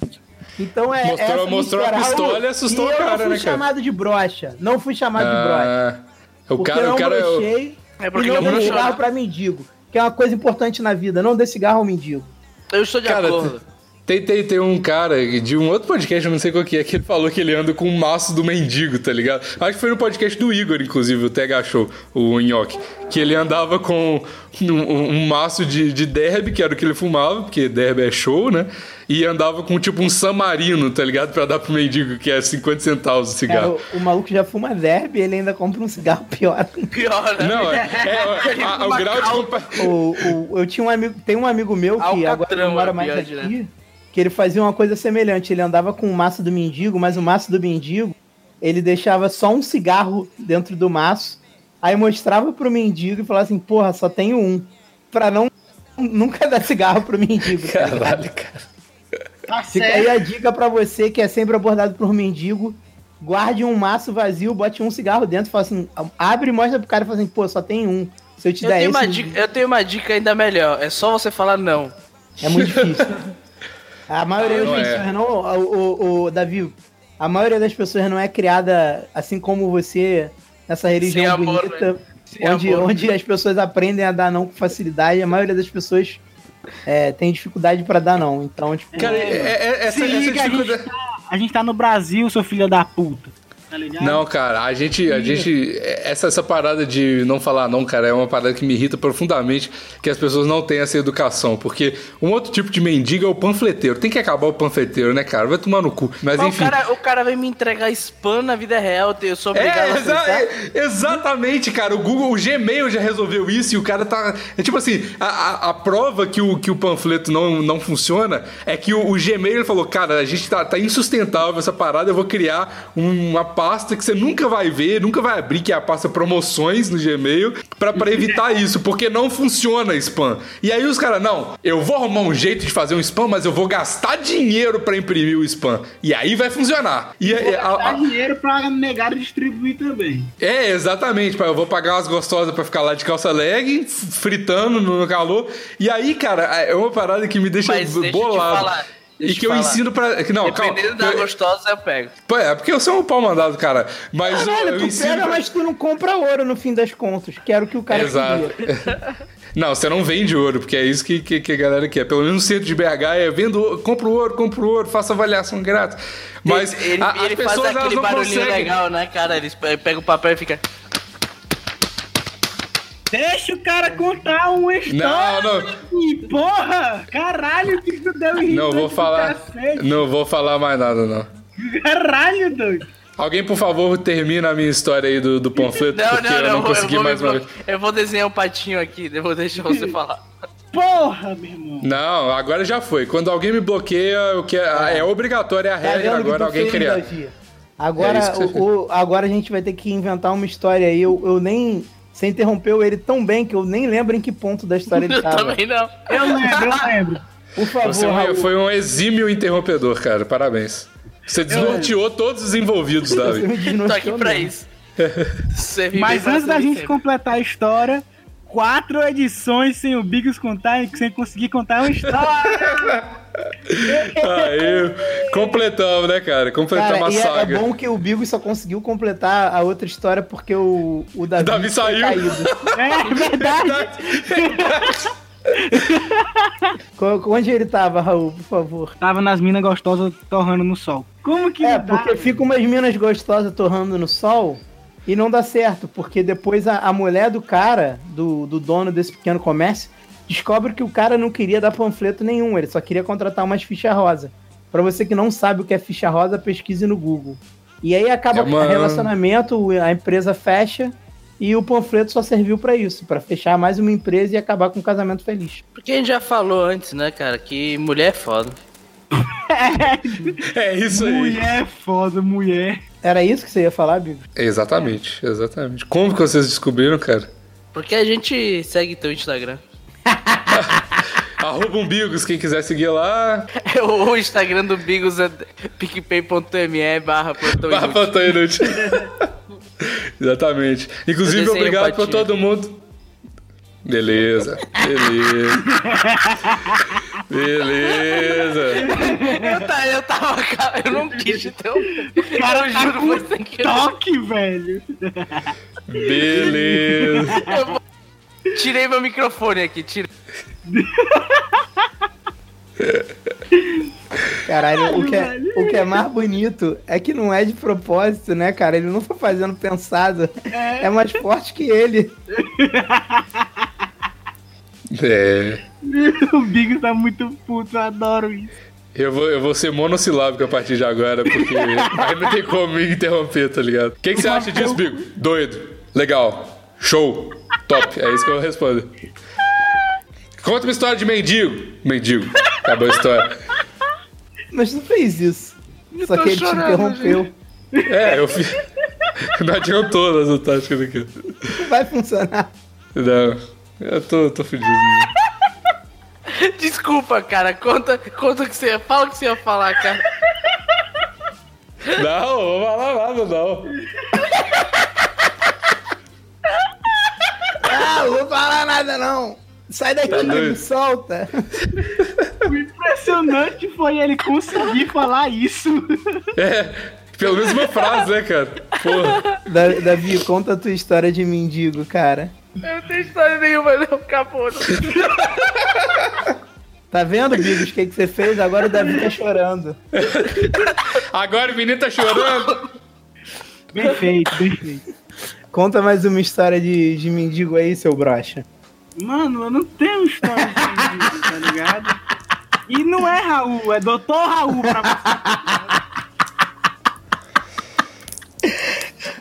D: Então é.
A: Mostrou-
D: essa
A: mostrou a
D: história.
A: pistola e assustou
D: E
A: o
D: eu
A: cara,
D: não fui
A: né, cara?
D: chamado de brocha. Não fui chamado de brocha.
A: Ah, o
D: Porque
A: cara,
D: não
A: o cara.
D: brochei
B: É
D: e
B: porque
D: não
B: meu
D: dei
B: mano
D: cigarro
B: chora.
D: pra mendigo. Que é uma coisa importante na vida, não dê cigarro ao mendigo.
B: Eu estou de
A: Cara,
B: acordo.
A: Tem, tem, tem um cara de um outro podcast, eu não sei qual que é, que ele falou que ele anda com um maço do mendigo, tá ligado? Acho que foi no podcast do Igor, inclusive, o TH Show, o Nhoque. Que ele andava com um, um- um maço de, de derby, que era o que ele fumava, porque derby é show, né? E andava com tipo um samarino, tá ligado? Pra dar pro mendigo, que é 50 centavos o
D: Cara,
A: cigarro.
D: o, o maluco já fuma derby e ele ainda compra um cigarro pior.
B: Pior, né?
A: Não, é, é- a- a- o grau de compa-
D: O- o- eu tinha um amigo, tem um amigo meu que
B: Alcatrão
D: agora não mora
B: era
D: mais
B: pior
D: aqui,
B: de
D: que ele fazia uma coisa semelhante. Ele andava com o maço do mendigo, mas o maço do mendigo ele deixava só um cigarro dentro do maço, aí mostrava pro mendigo e falava assim: "Porra, só tenho um", pra não nunca dar cigarro pro mendigo. tá ligado?
A: Caralho, cara.
C: Tá
D: Fica
B: É.
D: aí
C: certo.
D: a dica pra você que é sempre abordado por mendigo. Guarde um maço vazio, bote um cigarro dentro, fala assim, abre e mostra pro cara e fala assim, pô, só tem um. Se eu te
B: Eu
D: der
B: tenho, uma
D: esse,
B: dica, eu tenho uma dica ainda melhor. É só você falar não.
D: é muito difícil. A
B: Ah,
D: maioria das
A: Não é.
D: pessoas não, o, o- o- Davi, a maioria das pessoas não é criada assim como você, nessa religião
B: Sem amor, né?
D: bonita,
B: Sem
D: onde,
B: amor.
D: onde é? as pessoas aprendem a dar não com facilidade. A maioria das pessoas é, tem dificuldade pra dar não. Então, tipo,
A: Cara, é, é- é- essa,
C: Se
A: essa
C: liga, a gente,
A: dificuldade.
C: tá, a gente tá no Brasil, seu filho da puta. Tá ligado?
A: Não, cara, a gente, a gente essa, essa parada de não falar não, cara, é uma parada que me irrita profundamente que as pessoas não têm essa educação, porque um outro tipo de mendigo é o panfleteiro. Tem que acabar o panfleteiro, né, cara? Vai tomar no cu. Mas,
B: Mas o
A: enfim.
B: cara, o cara vem me entregar spam na vida real, eu sou obrigado
A: É,
B: a
A: exa-
B: aceitar.
A: é, exatamente, cara. O Google, o Gmail já resolveu isso e o cara tá. É tipo assim, a, a- a prova que o, que o panfleto não, não funciona é que o, o Gmail ele falou, cara, a gente tá, tá insustentável essa parada, eu vou criar um- uma pasta que você nunca vai ver, nunca vai abrir, que é a pasta promoções no Gmail, pra, pra evitar isso, porque não funciona spam. E aí os caras, não, eu vou arrumar um jeito de fazer um spam, mas eu vou gastar dinheiro pra imprimir o spam. E aí vai funcionar. E, a- a-
C: Dá
A: a-
C: dinheiro pra negar e distribuir também.
A: é, exatamente. pai. Eu vou pagar umas gostosas pra ficar lá de calça leg, fritando no calor. E aí, cara, é uma parada que me deixa
B: Mas deixa eu te
A: bolado.
B: falar, deixa
A: E
B: eu te
A: que eu
B: falar.
A: ensino pra. que Não, calma.
B: Dependendo da
A: Eu-
B: gostosa, eu pego.
A: Pô, É, porque eu sou um pau mandado, cara. Mas eu-
D: Caralho,
A: eu,
D: tu
A: ensino.
D: pega,
A: pra-
D: mas tu não compra ouro no fim das contas, que era o que o cara
A: Exato.
D: queria.
A: Não, você não vende ouro, porque é isso que, que, que a galera quer. Pelo menos no centro de BH é vendo ouro, compra o ouro, compra o ouro, faça avaliação grátis. Mas
B: ele,
A: a-
B: ele
A: as pessoas
B: faz
A: elas
B: aquele
A: não
B: barulhinho
A: conseguem.
B: legal, né, cara? Ele pega o papel e fica.
C: Deixa o cara contar
A: Não,
C: uma história.
A: não.
C: Ih, Porra! Caralho, que tu deu irritante
A: Não vou
C: do
A: falar.
C: cacete.
A: Não vou falar mais nada, não.
C: Caralho, doido.
A: Alguém, por favor, termina a minha história aí do, do panfleto,
B: Não,
A: porque
B: não,
A: eu
B: não,
A: não
B: eu vou- eu
A: consegui
B: vou,
A: mais
B: me
A: uma
B: blo-
A: vez.
B: eu vou desenhar um patinho aqui, eu vou deixar você falar.
C: Porra, meu irmão.
A: Não, agora já foi. Quando alguém me bloqueia, o que é, é obrigatório, é a
D: Tá
A: regra,
D: vendo o que tu
A: agora alguém
D: fez,
A: criar.
D: Davi?
A: É
D: Agora,
A: isso que você
D: o- o- agora a gente vai ter que inventar uma história aí. Eu, eu nem. Você interrompeu ele tão bem que eu nem lembro em que ponto da história ele
B: Eu
D: tava.
B: também não.
C: Eu lembro, eu lembro.
D: Por favor,
A: Você
D: Raul.
A: foi um exímio interrompedor, cara. Parabéns. Você desnorteou todos os envolvidos,
D: Você
A: Davi.
D: me
B: Tô
D: desnorteou
B: aqui pra
D: mesmo.
B: isso. Você vive
C: Mas
B: pra
C: antes da
B: servir
C: gente
B: sempre.
C: completar a história, quatro edições sem o Bigos contar e sem conseguir contar uma história.
A: Aí, completamos, né, cara? Completamos
D: Cara,
A: a
D: e é, é
A: saga.
D: bom que o Bigo só conseguiu completar a outra história porque o, o Davi,
A: Davi
D: tinha
A: saiu.
D: caído.
C: é verdade.
D: Co- Onde ele tava, Raul, por favor?
C: Tava nas minas gostosas torrando no sol. Como que
D: É,
C: não dá?
D: porque ficam umas minas gostosas torrando no sol e não dá certo, porque depois a, a mulher do cara, do, do dono desse pequeno comércio, descobre que o cara não queria dar panfleto nenhum, ele só queria contratar umas ficha rosa. Pra você que não sabe o que é ficha rosa, pesquise no Google. E aí acaba
A: É uma-
D: o relacionamento, a empresa fecha e o panfleto só serviu pra isso, pra fechar mais uma empresa e acabar com um casamento feliz.
B: Porque a gente já falou antes, né, cara, que mulher é foda.
A: É isso aí.
C: Mulher é foda, mulher.
D: Era isso que você ia falar, Bigo?
A: Exatamente, exatamente. Como que vocês descobriram, cara?
B: Porque a gente segue teu Instagram.
A: Arroba umbigos, quem quiser seguir lá.
B: O Instagram do Bigos é picpay.me barra plantão
A: Barra
B: inútil.
A: Plantão Inútil. Exatamente. Inclusive,
B: Eu desenho
A: obrigado por
B: patinha.
A: todo mundo. Beleza, beleza. beleza.
B: Eu, tá, eu tava, cara, eu não quis, então.
C: Cara,
B: eu juro,
C: tá
B: foi sem querer.
C: Toque, velho.
A: Beleza.
B: Tirei meu microfone aqui, tirei.
D: Caralho, o que, é,
C: velho.
D: o que é mais bonito é que não é de propósito, né, cara? Ele não foi fazendo pensado. É, mais forte que ele.
A: É.
C: O Bigos tá muito puto, eu adoro isso.
A: Eu vou, eu vou ser monossilábico a partir de agora, porque aí não tem como me interromper, tá ligado? O que, que você acha disso, Bigo? Doido. Legal. Show. Top. É isso que eu respondo. Conta uma história de mendigo. Mendigo. Acabou a história.
D: Mas não fez isso. Só
B: tô
D: que ele
B: chorando,
D: te interrompeu.
A: É, eu fiz. Não adiantou essa tática daqui.
D: Vai funcionar.
A: Não. Eu tô, tô fudido. mesmo.
B: Desculpa, cara, conta, conta o que você ia Fala o que você ia falar, cara.
A: Não, não vou falar nada, não.
D: Ah, não vou falar nada, não. Sai daqui,
A: doido.
D: me solta.
C: O impressionante foi ele conseguir falar isso.
A: É, pelo menos uma frase, né, cara? Porra.
D: Da- Davi, conta a tua história de mendigo, cara.
B: Eu não tenho história nenhuma, não, acabou. Não.
D: Tá vendo, Bigos, o que, que você fez? Agora o Davi tá chorando.
A: Agora o menino tá chorando.
C: Bem feito, bem feito.
D: Conta mais uma história de, de mendigo aí, seu brocha.
C: Mano, eu não tenho história de mendigo, tá ligado? E não é Raul, é Doutor Raul pra você.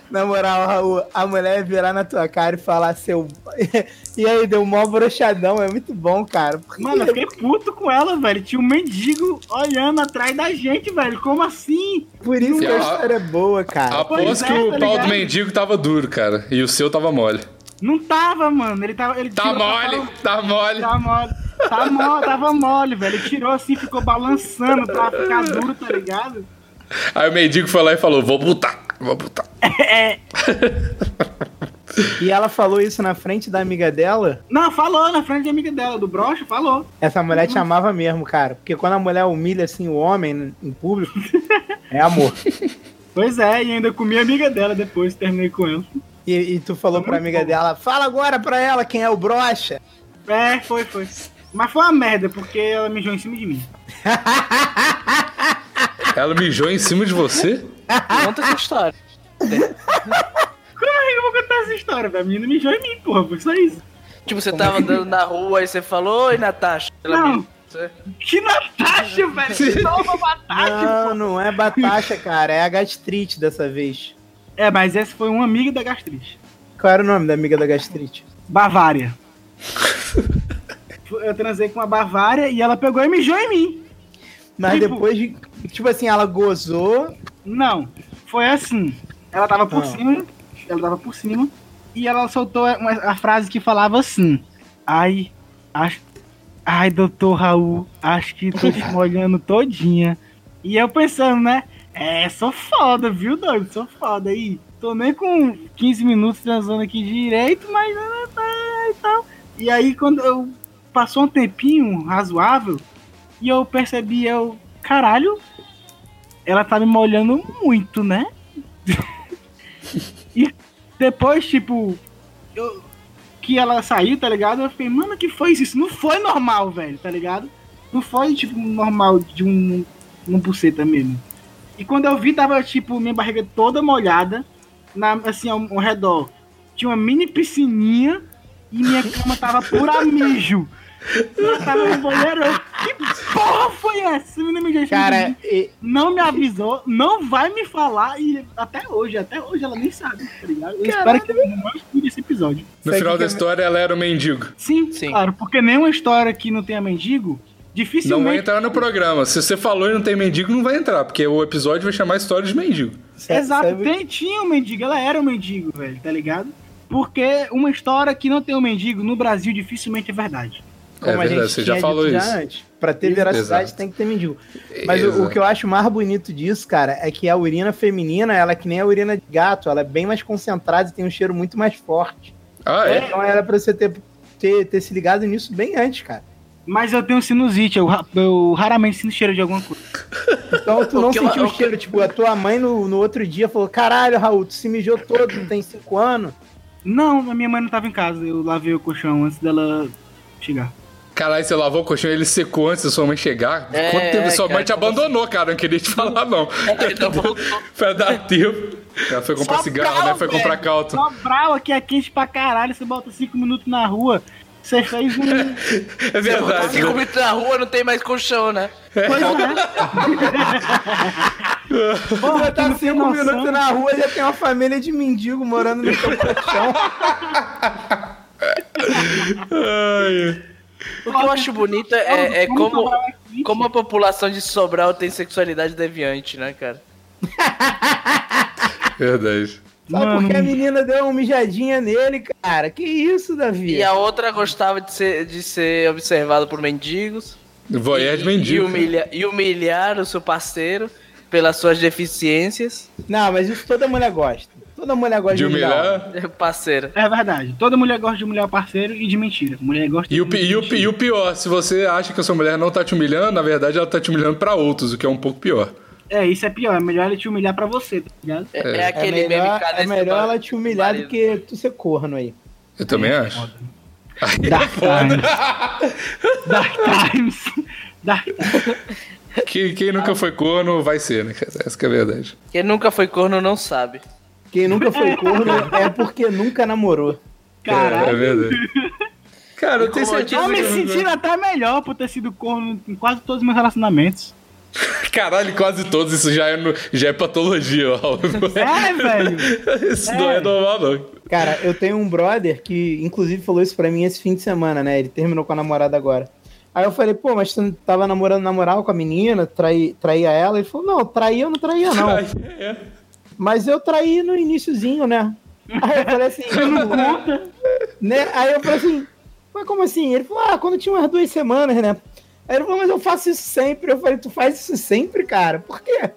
D: Na moral, Raul, a mulher virar na tua cara e falar seu. e aí, deu um mó brochadão, é muito bom, cara. Porque
C: Mano, eu fiquei puto com ela, velho. Tinha um mendigo olhando atrás da gente, velho. Como assim?
D: por isso que a
A: Ah.
D: história é boa, cara.
C: Pois
A: Aposto
C: é,
A: que o
C: tá
A: pau do
C: ligado?
A: mendigo tava duro, cara. E o seu tava mole.
C: Não tava, mano. Ele tava. Ele
A: Tá
C: tirou-
A: mole, tá mole.
C: Tá mole. Tá mole, tava mole, velho. Ele tirou assim, ficou balançando pra ficar duro, tá ligado?
A: Aí o mendigo foi lá e falou: Vou botar, vou botar.
D: E ela falou isso na frente da amiga dela.
C: Não, falou na frente da amiga dela, do broche, falou.
D: Essa mulher te amava mesmo, cara. Porque quando a mulher humilha assim o homem em público, é amor.
C: Pois é, e ainda comi a amiga dela depois, terminei com ela.
D: E, e tu falou pra amiga dela, fala agora pra ela quem é o brocha.
C: É, foi, foi. Mas foi uma merda, porque ela mijou em cima de mim.
A: Ela mijou em cima de você?
B: Conta essa história.
C: Como é que eu vou contar essa história, velho? A menina mijou em mim, porra, foi só isso.
B: Tipo, você tava andando na rua e você falou, oi, Natasha.
C: Não.
B: me- Você-
C: Que Natasha, velho! Só uma batata.
D: Não, não é batata, cara. É a gastrite dessa vez.
C: É, mas essa foi uma amiga da gastrite.
D: Qual era o nome da amiga da gastrite?
C: Bavária. Eu transei com uma Bavária e ela pegou e mijou em mim.
D: Mas
C: Tipo-
D: depois, de- tipo assim, ela gozou,
C: Não, foi assim. Ela tava por
D: Ah.
C: cima, ela tava por cima, e ela soltou uma- a frase que falava assim: Ai, acho. Ai, doutor Raul, acho que tô te molhando todinha. E eu pensando, né? É, sou foda, viu, doido? Sou foda aí. Tô nem com 15 minutos transando aqui direito, mas né, tá, tal. E aí, quando eu passou um tempinho razoável, e eu percebi, eu, caralho, ela tá me molhando muito, né? e depois, tipo, eu, que ela saiu, tá ligado? Eu fiquei, mano, que foi isso? Isso não foi normal, velho, tá ligado? Não foi, tipo, normal de um, um buceta mesmo. E quando eu vi, tava, tipo, minha barriga toda molhada, na, assim, ao, ao redor. Tinha uma mini piscininha e minha cama tava pura mijo. Eu tava no banheiro, eu, que porra foi essa? Não me deixou
B: Uhum.
D: Cara,
C: dormir.
D: e-
C: não me avisou, não vai me falar e até hoje, até hoje ela nem sabe, tá ligado? Eu espero que ela não escute esse episódio.
A: No
D: Sabe
A: final da
D: que que é-
A: história, ela era um mendigo.
C: Sim,
B: Sim.
C: claro, porque nenhuma história que não tenha mendigo,
A: Não vai
C: dificilmente...
A: entrar no programa. Se você falou e não tem mendigo, não vai entrar, porque o episódio vai chamar história de mendigo.
D: Sabe-
C: Exato,
D: é,
B: É
D: sabe-
C: tem- tinha um mendigo, ela era um mendigo, velho, tá ligado? Porque uma história que não tem um mendigo no Brasil dificilmente é verdade.
D: como
A: é
D: a
A: verdade,
D: gente
A: você já
D: tinha
A: falou
D: dito
A: isso.
D: antes, pra ter veracidade
A: Exato.
D: tem que ter mendigo. Mas o, o que eu acho mais bonito disso, cara, é que a urina feminina, ela é que nem a urina de gato, ela é bem mais concentrada e tem um cheiro muito mais forte.
A: Ah, é?
D: Então era pra você ter, ter, ter se ligado nisso bem antes, cara.
C: Mas eu tenho sinusite, eu, ra- eu raramente sinto cheiro de alguma coisa.
D: Então tu
B: O
D: não
B: que ela-
D: sentiu
B: o
D: o
B: que-
D: cheiro. Tipo, a tua mãe no, no outro dia falou: caralho, Raul, tu se mijou todo, tu tem cinco anos.
C: Não, a minha mãe não tava em casa, eu lavei o colchão antes dela chegar.
A: Caralho, você lavou o colchão ele secou antes da sua mãe chegar.
B: É,
A: Quanto tempo?
B: é,
A: sua mãe
B: cara,
A: te abandonou, cara. Não queria te falar, não.
B: Então,
A: pra dar tempo. Ela foi comprar
C: Só
A: cigarro,
C: brau,
A: né? Foi
C: velho.
A: comprar calça.
C: Sobral aqui é quente pra caralho, você bota cinco minutos na rua, você fez um...
A: É
B: botar
A: verdade,
B: cinco
A: né?
B: minutos na rua, não tem mais colchão, né?
C: Pois é. Porra, tu não
D: Tá
C: tem
D: cinco
C: noção.
D: minutos na rua já tem uma família de mendigo morando no seu colchão.
A: Ai,
B: O que eu acho bonito é, é como, como a população de Sobral tem sexualidade deviante, né, cara?
A: é verdade.
D: Só
C: Mano. um-
D: porque a menina deu uma mijadinha nele, cara. Que isso, Davi?
B: E é a outra gostava de ser, de ser observada por mendigos.
A: Voyeur é de
B: E,
A: mendigo.
B: humilha, e humilhar o seu parceiro pelas suas deficiências.
D: Não, mas isso toda mulher gosta. Toda mulher gosta
A: De
D: de humilhar.
A: humilhar.
B: Parceiro.
C: É verdade. Toda mulher gosta de mulher parceiro e de mentira. Mulher gosta
A: E o,
C: de
A: pi- e o pi- e o pior, se você acha que a sua mulher não tá te humilhando, na verdade ela tá te humilhando pra outros, o que é um pouco pior.
C: É, isso é pior. É melhor ele te humilhar pra você, tá ligado?
B: É,
A: É.
B: é aquele
D: é melhor,
B: meme, cara.
D: é melhor ela te humilhar do que tu ser corno aí.
A: Eu também acho.
C: Dark Times. Dark Times. Dark
A: É.
C: Times.
A: Quem, quem nunca foi corno vai ser, né? cara? Essa que é a verdade.
B: Quem nunca foi corno não sabe.
D: Quem nunca foi corno é porque nunca namorou.
A: É, é
C: Caralho.
A: verdade. Cara, eu tenho
B: como eu
A: certeza.
C: Eu me
A: que-
C: sentindo até tá melhor por ter sido corno em quase todos os meus relacionamentos.
A: Caralho, quase todos, isso já é, no- já é patologia, ó.
C: É, velho.
A: Isso não é
C: É.
A: normal, não.
D: Cara, eu tenho um brother que, inclusive, falou isso pra mim esse fim de semana, né? Ele terminou com a namorada agora. Aí eu falei, pô, mas tu não tava namorando na moral com a menina, trai, traía ela? Ele falou, não, traía eu não traía, não.
A: Ai, é.
D: Mas eu traí no iniciozinho, né? Aí eu falei assim, né? Aí eu falei assim, mas como assim? Ele falou, ah, quando tinha umas duas semanas, né? Aí ele falou, mas eu faço isso sempre. Eu falei, tu faz isso sempre, cara? Por quê?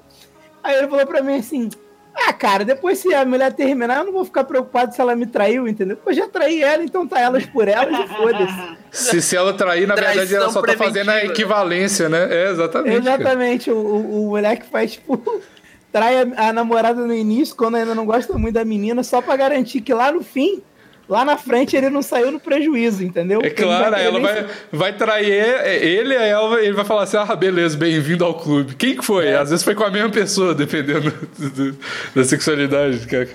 D: Aí ele falou pra mim assim, ah, cara, depois se a mulher terminar, eu não vou ficar preocupado se ela me traiu, entendeu? Eu já traí ela, então tá elas por elas e foda-se.
A: Se, se ela trair, na
B: Traição
A: verdade, ela só tá
B: preventiva.
A: fazendo a equivalência, né? É, exatamente. cara.
D: Exatamente, o, o, o moleque faz, tipo, trai a, a namorada no início, quando ainda não gosta muito da menina, só pra garantir que lá no fim, lá na frente, ele não saiu no prejuízo, entendeu?
A: É
D: Porque ele não
A: claro,
D: querer
A: ela
D: nem
A: vai, vai trair é, ele, aí ela vai- ele vai falar assim: ah, beleza, bem-vindo ao clube. Quem que foi? Às vezes foi com a mesma pessoa, dependendo do- do- da sexualidade. cara.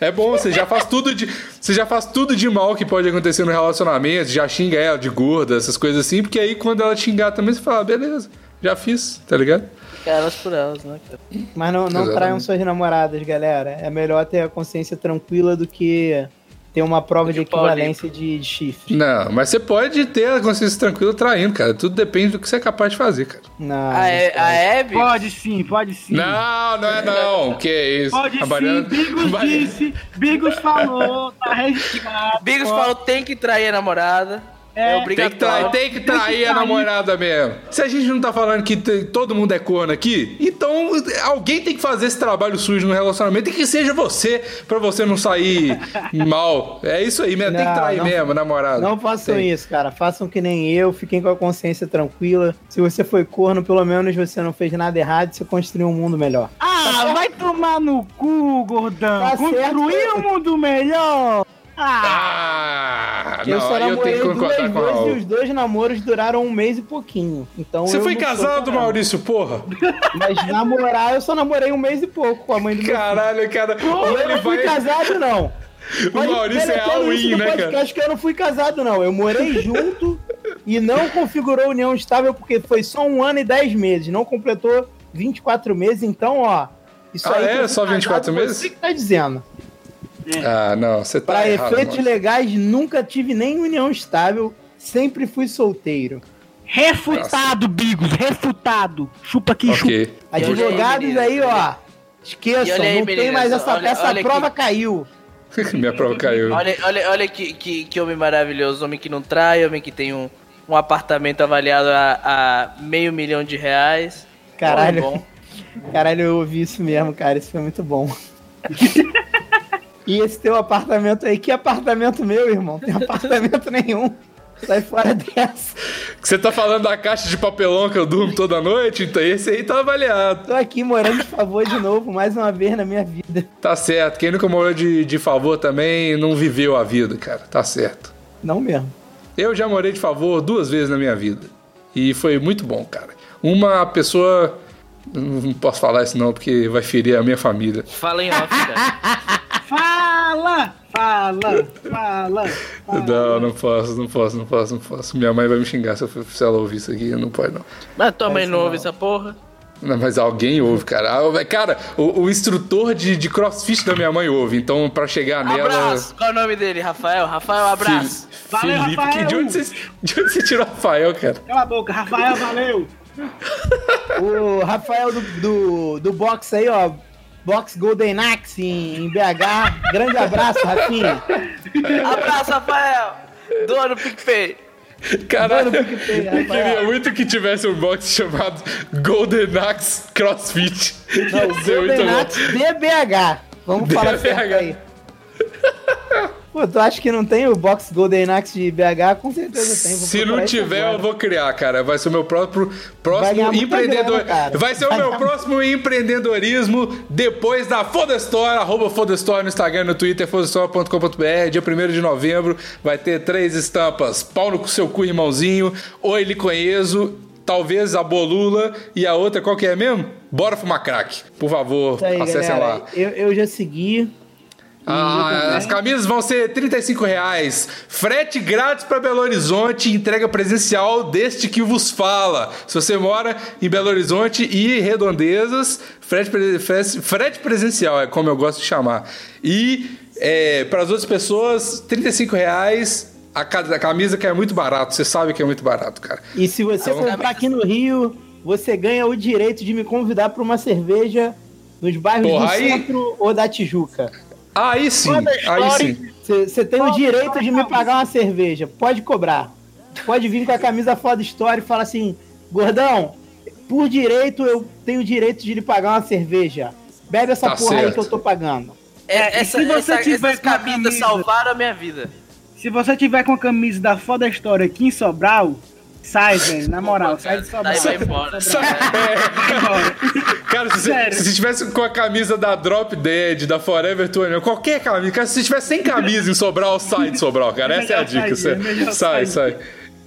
A: É bom, você já faz tudo de. Você já faz tudo de mal que pode acontecer no relacionamento, já xinga ela de gorda, essas coisas assim, porque aí quando ela te xingar também, você fala, "Ah, beleza, já fiz, tá ligado?
B: Elas por elas, né, cara?
D: Mas não, não
A: Exatamente.
D: traiam suas namoradas, galera. É melhor ter a consciência tranquila do que ter uma prova de
B: De pau
D: equivalência de, de chifre.
A: Não, mas você pode ter a consciência tranquila traindo, cara. Tudo depende do que você é capaz de fazer, cara.
D: Não,
B: A, E- a Hebe,
C: Pode sim, pode sim.
A: Não, não é não. Que isso?
C: Pode
A: A Mariana-
C: sim, Bigos
A: Mariana-
C: disse, Bigos falou, tá registrado.
B: Bigos
C: pode.
B: falou tem que trair a namorada. É, o briga
A: Tem que, trair, tem que trair a namorada mesmo. Se a gente não tá falando que te- todo mundo é corno aqui, então alguém tem que fazer esse trabalho sujo no relacionamento e que seja você, pra você não sair mal. É isso aí mesmo, tem que
D: Não,
A: trair
D: não-
A: mesmo, namorada.
D: Não façam
A: ah, Tem.
D: isso, cara. Façam que nem eu, fiquem com a consciência tranquila. Se você foi corno, pelo menos você não fez nada errado e você construiu um mundo melhor.
C: Ah, vai tomar no cu, gordão.
D: Tá
C: Construir
D: certo.
C: um mundo melhor. Ah,
A: Ah,
D: eu
A: não,
D: só
A: aí eu
D: namorei
A: tenho que
D: duas
A: concordar
D: vezes
A: com o
D: e
A: Raul.
D: os dois namoros duraram um mês e pouquinho. Então
A: Você
D: eu
A: foi
D: não sou
A: casado,
D: corno.
A: Maurício, porra?
D: Mas namorar, eu só namorei um mês e pouco com a mãe do meu
A: Caralho, cara.
D: filho. Eu
A: Ele
D: não fui
A: vai...
D: casado, não.
A: O Maurício é all-in, né, cara?
D: Acho que eu não fui casado, não. Eu morei junto e não configurou união estável porque foi só um ano e dez meses. Não completou 24 meses, então, ó. Isso
A: Ah,
D: aí
A: é?
D: que eu fui
A: Só 24
D: casado,
A: meses?
D: Você que tá dizendo.
A: Ah, não, você tá
D: Pra
A: errado,
D: efeitos
A: Maurício.
D: legais, nunca tive nem união estável. Sempre fui solteiro.
C: refutado, Bigos, refutado. Chupa aqui, chupa.
A: Ok.
B: E olha aí,
D: Advogados
B: meninas,
D: aí,
B: olha
D: ó. Esqueçam,
B: E olha aí,
D: não tem
B: meninas,
D: mais essa,
B: olha-
D: essa
B: olha aqui.
D: prova caiu.
A: Minha prova caiu.
B: Olha, olha, olha que, que, que homem maravilhoso, homem que não trai, homem que tem um, um apartamento avaliado a, a meio milhão de reais.
D: Caralho.
B: Homem é bom.
D: Caralho, eu ouvi isso mesmo, cara. Isso foi muito bom. e esse teu apartamento aí? Que apartamento meu, irmão? Tem apartamento nenhum. Sai fora dessa.
A: Você tá falando da caixa de papelão que eu durmo toda noite? Então esse aí tá avaliado.
D: Tô aqui morando de favor de novo, mais uma vez na minha vida.
A: Tá certo. Quem nunca morou de, de favor também não viveu a vida, cara. Tá certo.
D: Não mesmo.
A: Eu já morei de favor duas vezes na minha vida. E foi muito bom, cara. Uma pessoa. Não posso falar isso não, porque vai ferir a minha família.
B: Fala em off, cara.
C: Fala, fala, fala.
A: Não, não posso, não posso, não posso, não posso. Minha mãe vai me xingar se, eu- se ela ouvir isso aqui. Não pode, não.
B: Mas tua mãe
D: isso
B: não ouve
D: não.
B: essa porra.
A: Não, mas alguém ouve, cara. Ah, vai- Cara, o, o instrutor de, de crossfit da minha mãe ouve. Então, pra chegar nela.
B: Abraço. Qual é o nome dele, Rafael? Rafael, abraço.
A: Fi-
C: Valeu,
A: Felipe,
C: Rafael!
A: que- de, onde você, de onde você tirou o Rafael, cara?
C: Cala a boca, Rafael, valeu.
D: O Rafael do, do, do box aí, ó. Box Golden Axe em, em BH. Grande abraço, Rafinha.
B: Abraço, Rafael. Dono do PicPay.
A: Caralho,
D: Mano, porque tem,
A: eu queria
D: Rafael.
A: muito que tivesse um box chamado Golden Axe CrossFit.
D: Não,
A: Ia ser é muito
D: Golden
A: bom.
D: Axe DBH. Vamos falar certo
A: DBH.
D: aí. Pô, tu acha que não tem o box Golden Axe de BH? Com certeza tem. vou
A: Se não
D: procurar isso
A: tiver,
D: agora.
A: eu vou criar, cara. Vai ser o meu próprio próximo
D: ganhar muita
A: empreendedor.
D: grana, cara.
A: Vai ser o
D: Vai
A: meu
D: ganhar-
A: próximo empreendedorismo depois da Foda Store, arroba Foda Store no Instagram, no Twitter, fodastore.com.br. Dia 1 de novembro vai ter três estampas: pau no seu cu, irmãozinho, oi, lhe conheço, talvez a Bolula e a outra, qual que é mesmo? Bora fumar crack. Por favor,
D: Isso aí,
A: acessem
D: galera.
A: lá.
D: Eu, eu já segui.
A: Ah, as camisas vão ser R$ 35 reais. Frete grátis para Belo Horizonte, entrega presencial deste que vos fala. Se você mora em Belo Horizonte e Redondezas, frete, pre- frete- frete presencial é como eu gosto de chamar. E para as outras pessoas, R$ 35 reais. A ca- a camisa que é muito barato, você sabe que é muito barato, cara.
D: E se
A: Tá
D: você comprar aqui no Rio, você ganha o direito de me convidar para uma cerveja nos bairros
A: Porra,
D: do
A: aí-
D: centro ou da Tijuca.
A: Aí sim, aí sim.
D: Você tem o direito de me pagar uma cerveja. Pode cobrar. Pode vir com a camisa foda história e falar assim: Gordão, por direito eu tenho o direito de lhe pagar uma cerveja. Bebe essa
A: Tá
D: porra aí
A: certo.
D: que eu tô pagando.
B: É,
C: e
B: essa,
C: se você
B: essa,
C: tiver
B: essas
C: com a
B: camisas
C: camisa?
B: salvaram a minha vida.
C: Se você tiver com a camisa da foda história aqui em Sobral, sai, velho, na moral, sai de Sobral.
B: Daí vai embora.
C: Vai embora.
A: Cara, se você,
C: Sério.
A: se você tivesse com a camisa da Drop Dead, da Forever 21, qualquer camisa, cara, se você tivesse sem camisa em Sobral, sai de Sobral, cara. Essa é a
C: Melhor
A: dica.
C: sair, é
A: você-
C: melhor
A: sai, sai.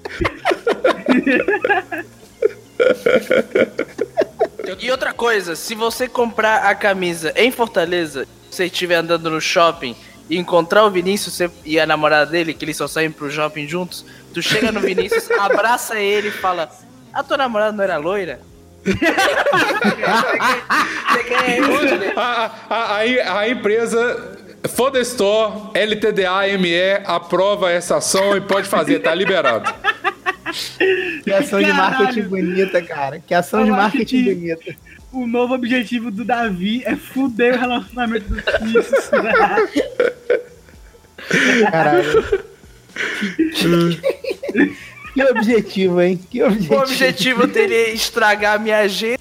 B: E outra coisa, se você comprar a camisa em Fortaleza, você estiver andando no shopping e encontrar o Vinícius você- e a namorada dele, que eles só saem pro shopping juntos, tu chega no Vinícius, abraça ele e fala: A tua namorada não era loira? Você ganha hoje, né?
A: A, a- a- a empresa Foda Store LTDA ME aprova essa ação e pode fazer, tá liberado.
D: Que ação de
C: Caralho.
D: marketing bonita, cara. Que ação de
C: Eu acho
D: marketing
C: que-
D: bonita.
C: O novo objetivo do Davi é fuder o relacionamento dos filhos.
D: Caralho. Que objetivo, hein? Que
B: O
D: objetivo.
B: objetivo dele é estragar a minha agenda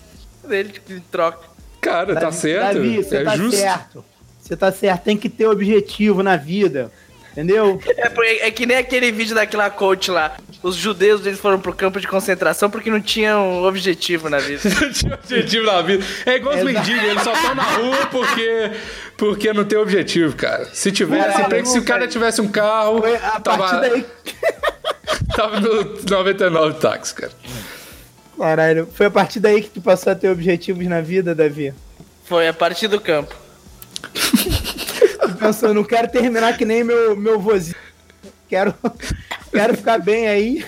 B: dele tipo, de troca.
A: Cara, tá
D: Davi-
A: certo.
D: Davi, você
A: é
D: tá
A: justo.
D: certo. Você tá certo. Tem que ter objetivo na vida. Entendeu?
B: É, por- é que nem aquele vídeo daquela coach lá. Os judeus eles foram pro campo de concentração porque não tinham um objetivo na vida.
A: Tinha um objetivo na vida. É igual os mendigos, eles só estão na rua porque, porque não tem objetivo, cara. Se tivesse,
D: Cara,
A: emprego, se o cara tivesse um carro,
D: Foi a
A: tava,
D: partir daí.
A: tava no 99 táxi, cara.
D: Caralho, foi a partir daí que tu passou a ter objetivos na vida, Davi.
B: Foi a partir do campo.
D: Tu pensou, eu não quero terminar que nem meu, meu vozinho. Quero, quero ficar bem aí.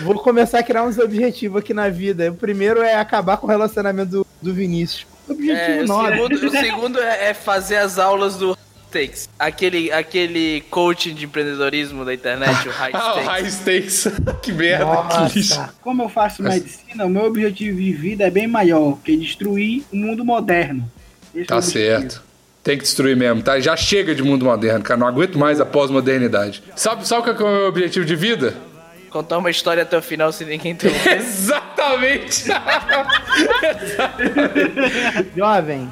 D: Vou começar a criar uns objetivos aqui na vida. O primeiro é acabar com o relacionamento do, do Vinícius. Objetivo
B: É, o
D: nobre.
B: segundo, o segundo é, é fazer as aulas do Stakes. Aquele, aquele coaching de empreendedorismo da internet, o High
A: Ah, o
B: Stakes.
A: high stakes. que merda, que lixo.
D: Nossa.
C: Como eu faço medicina, o meu objetivo de vida é bem maior, que é destruir o mundo moderno. Esse é
A: Tá
C: o objetivo.
A: certo. Tem que destruir mesmo, tá? Já chega de mundo moderno, cara. Não aguento mais a pós-modernidade. Sabe, sabe qual que é o meu objetivo de vida?
B: Contar uma história até o final sem ninguém um, interromper.
A: Exatamente!
D: Jovem.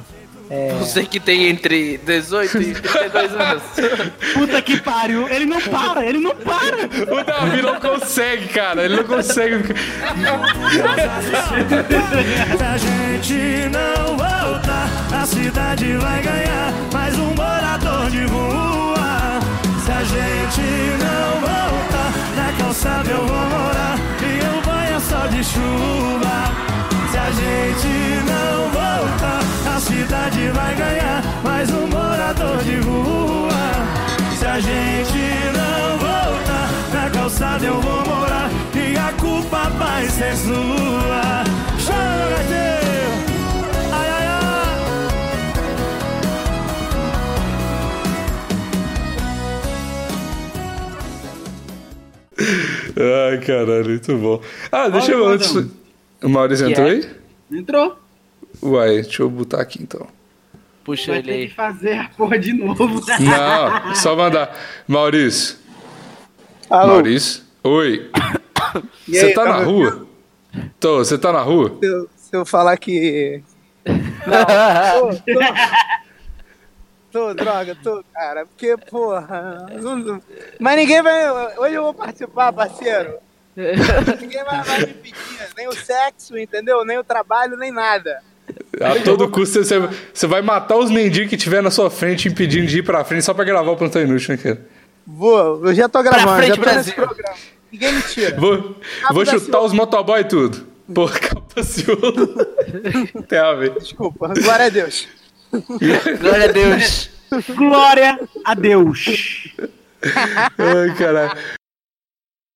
B: Você que tem entre 18 e 32 anos.
C: Puta que pariu, ele não para, ele não para.
A: o Davi não consegue, cara. Ele não consegue.
H: Se a gente não voltar, a cidade vai ganhar mais um morador de rua. Se a gente não voltar, na calçada eu vou morar e eu banho só de chuva. Se a gente não voltar, a cidade vai ganhar mais um morador de rua. Se a gente não voltar, na calçada eu vou morar e a culpa vai ser sua. Chora, gaiteiro! Ai, ai, ai!
A: Ai, caralho, muito bom. Ah, deixa eu.
C: Olha,
A: Antes...
C: Gordão.
A: O Maurício entrou
B: é?
A: aí?
C: Entrou.
A: Uai, deixa eu botar aqui então.
B: Puxa
C: Vai
B: ele
C: ter que
B: aí.
C: fazer a porra de novo.
A: Não, só mandar. Maurício.
G: Alô?
A: Maurício. Oi.
G: E
A: Você
G: aí,
A: tá na
G: me
A: rua? Tô, você tá na rua?
G: Se eu, se eu falar que. Não. Tô, tô- tô, droga, tô, cara. Porque, porra. não- não- Mas ninguém vai. Hoje eu vou participar, parceiro. Ninguém vai, vai me pedir. Nem o sexo, entendeu? Nem o trabalho, nem nada.
A: A todo custo você, você vai matar os mendigos que tiver na sua frente impedindo de ir pra frente só pra gravar o plantão inútil, né, cara?
G: Vou, eu já tô gravando,
B: frente,
G: já tô nesse
B: Brasil.
G: programa. Ninguém me tira.
A: Vou, vou chutar os motoboy tudo. Pô, capacioso. Tem a ver.
G: Desculpa, glória a Deus.
B: Glória a Deus.
C: Glória a Deus.
A: Ai, caralho.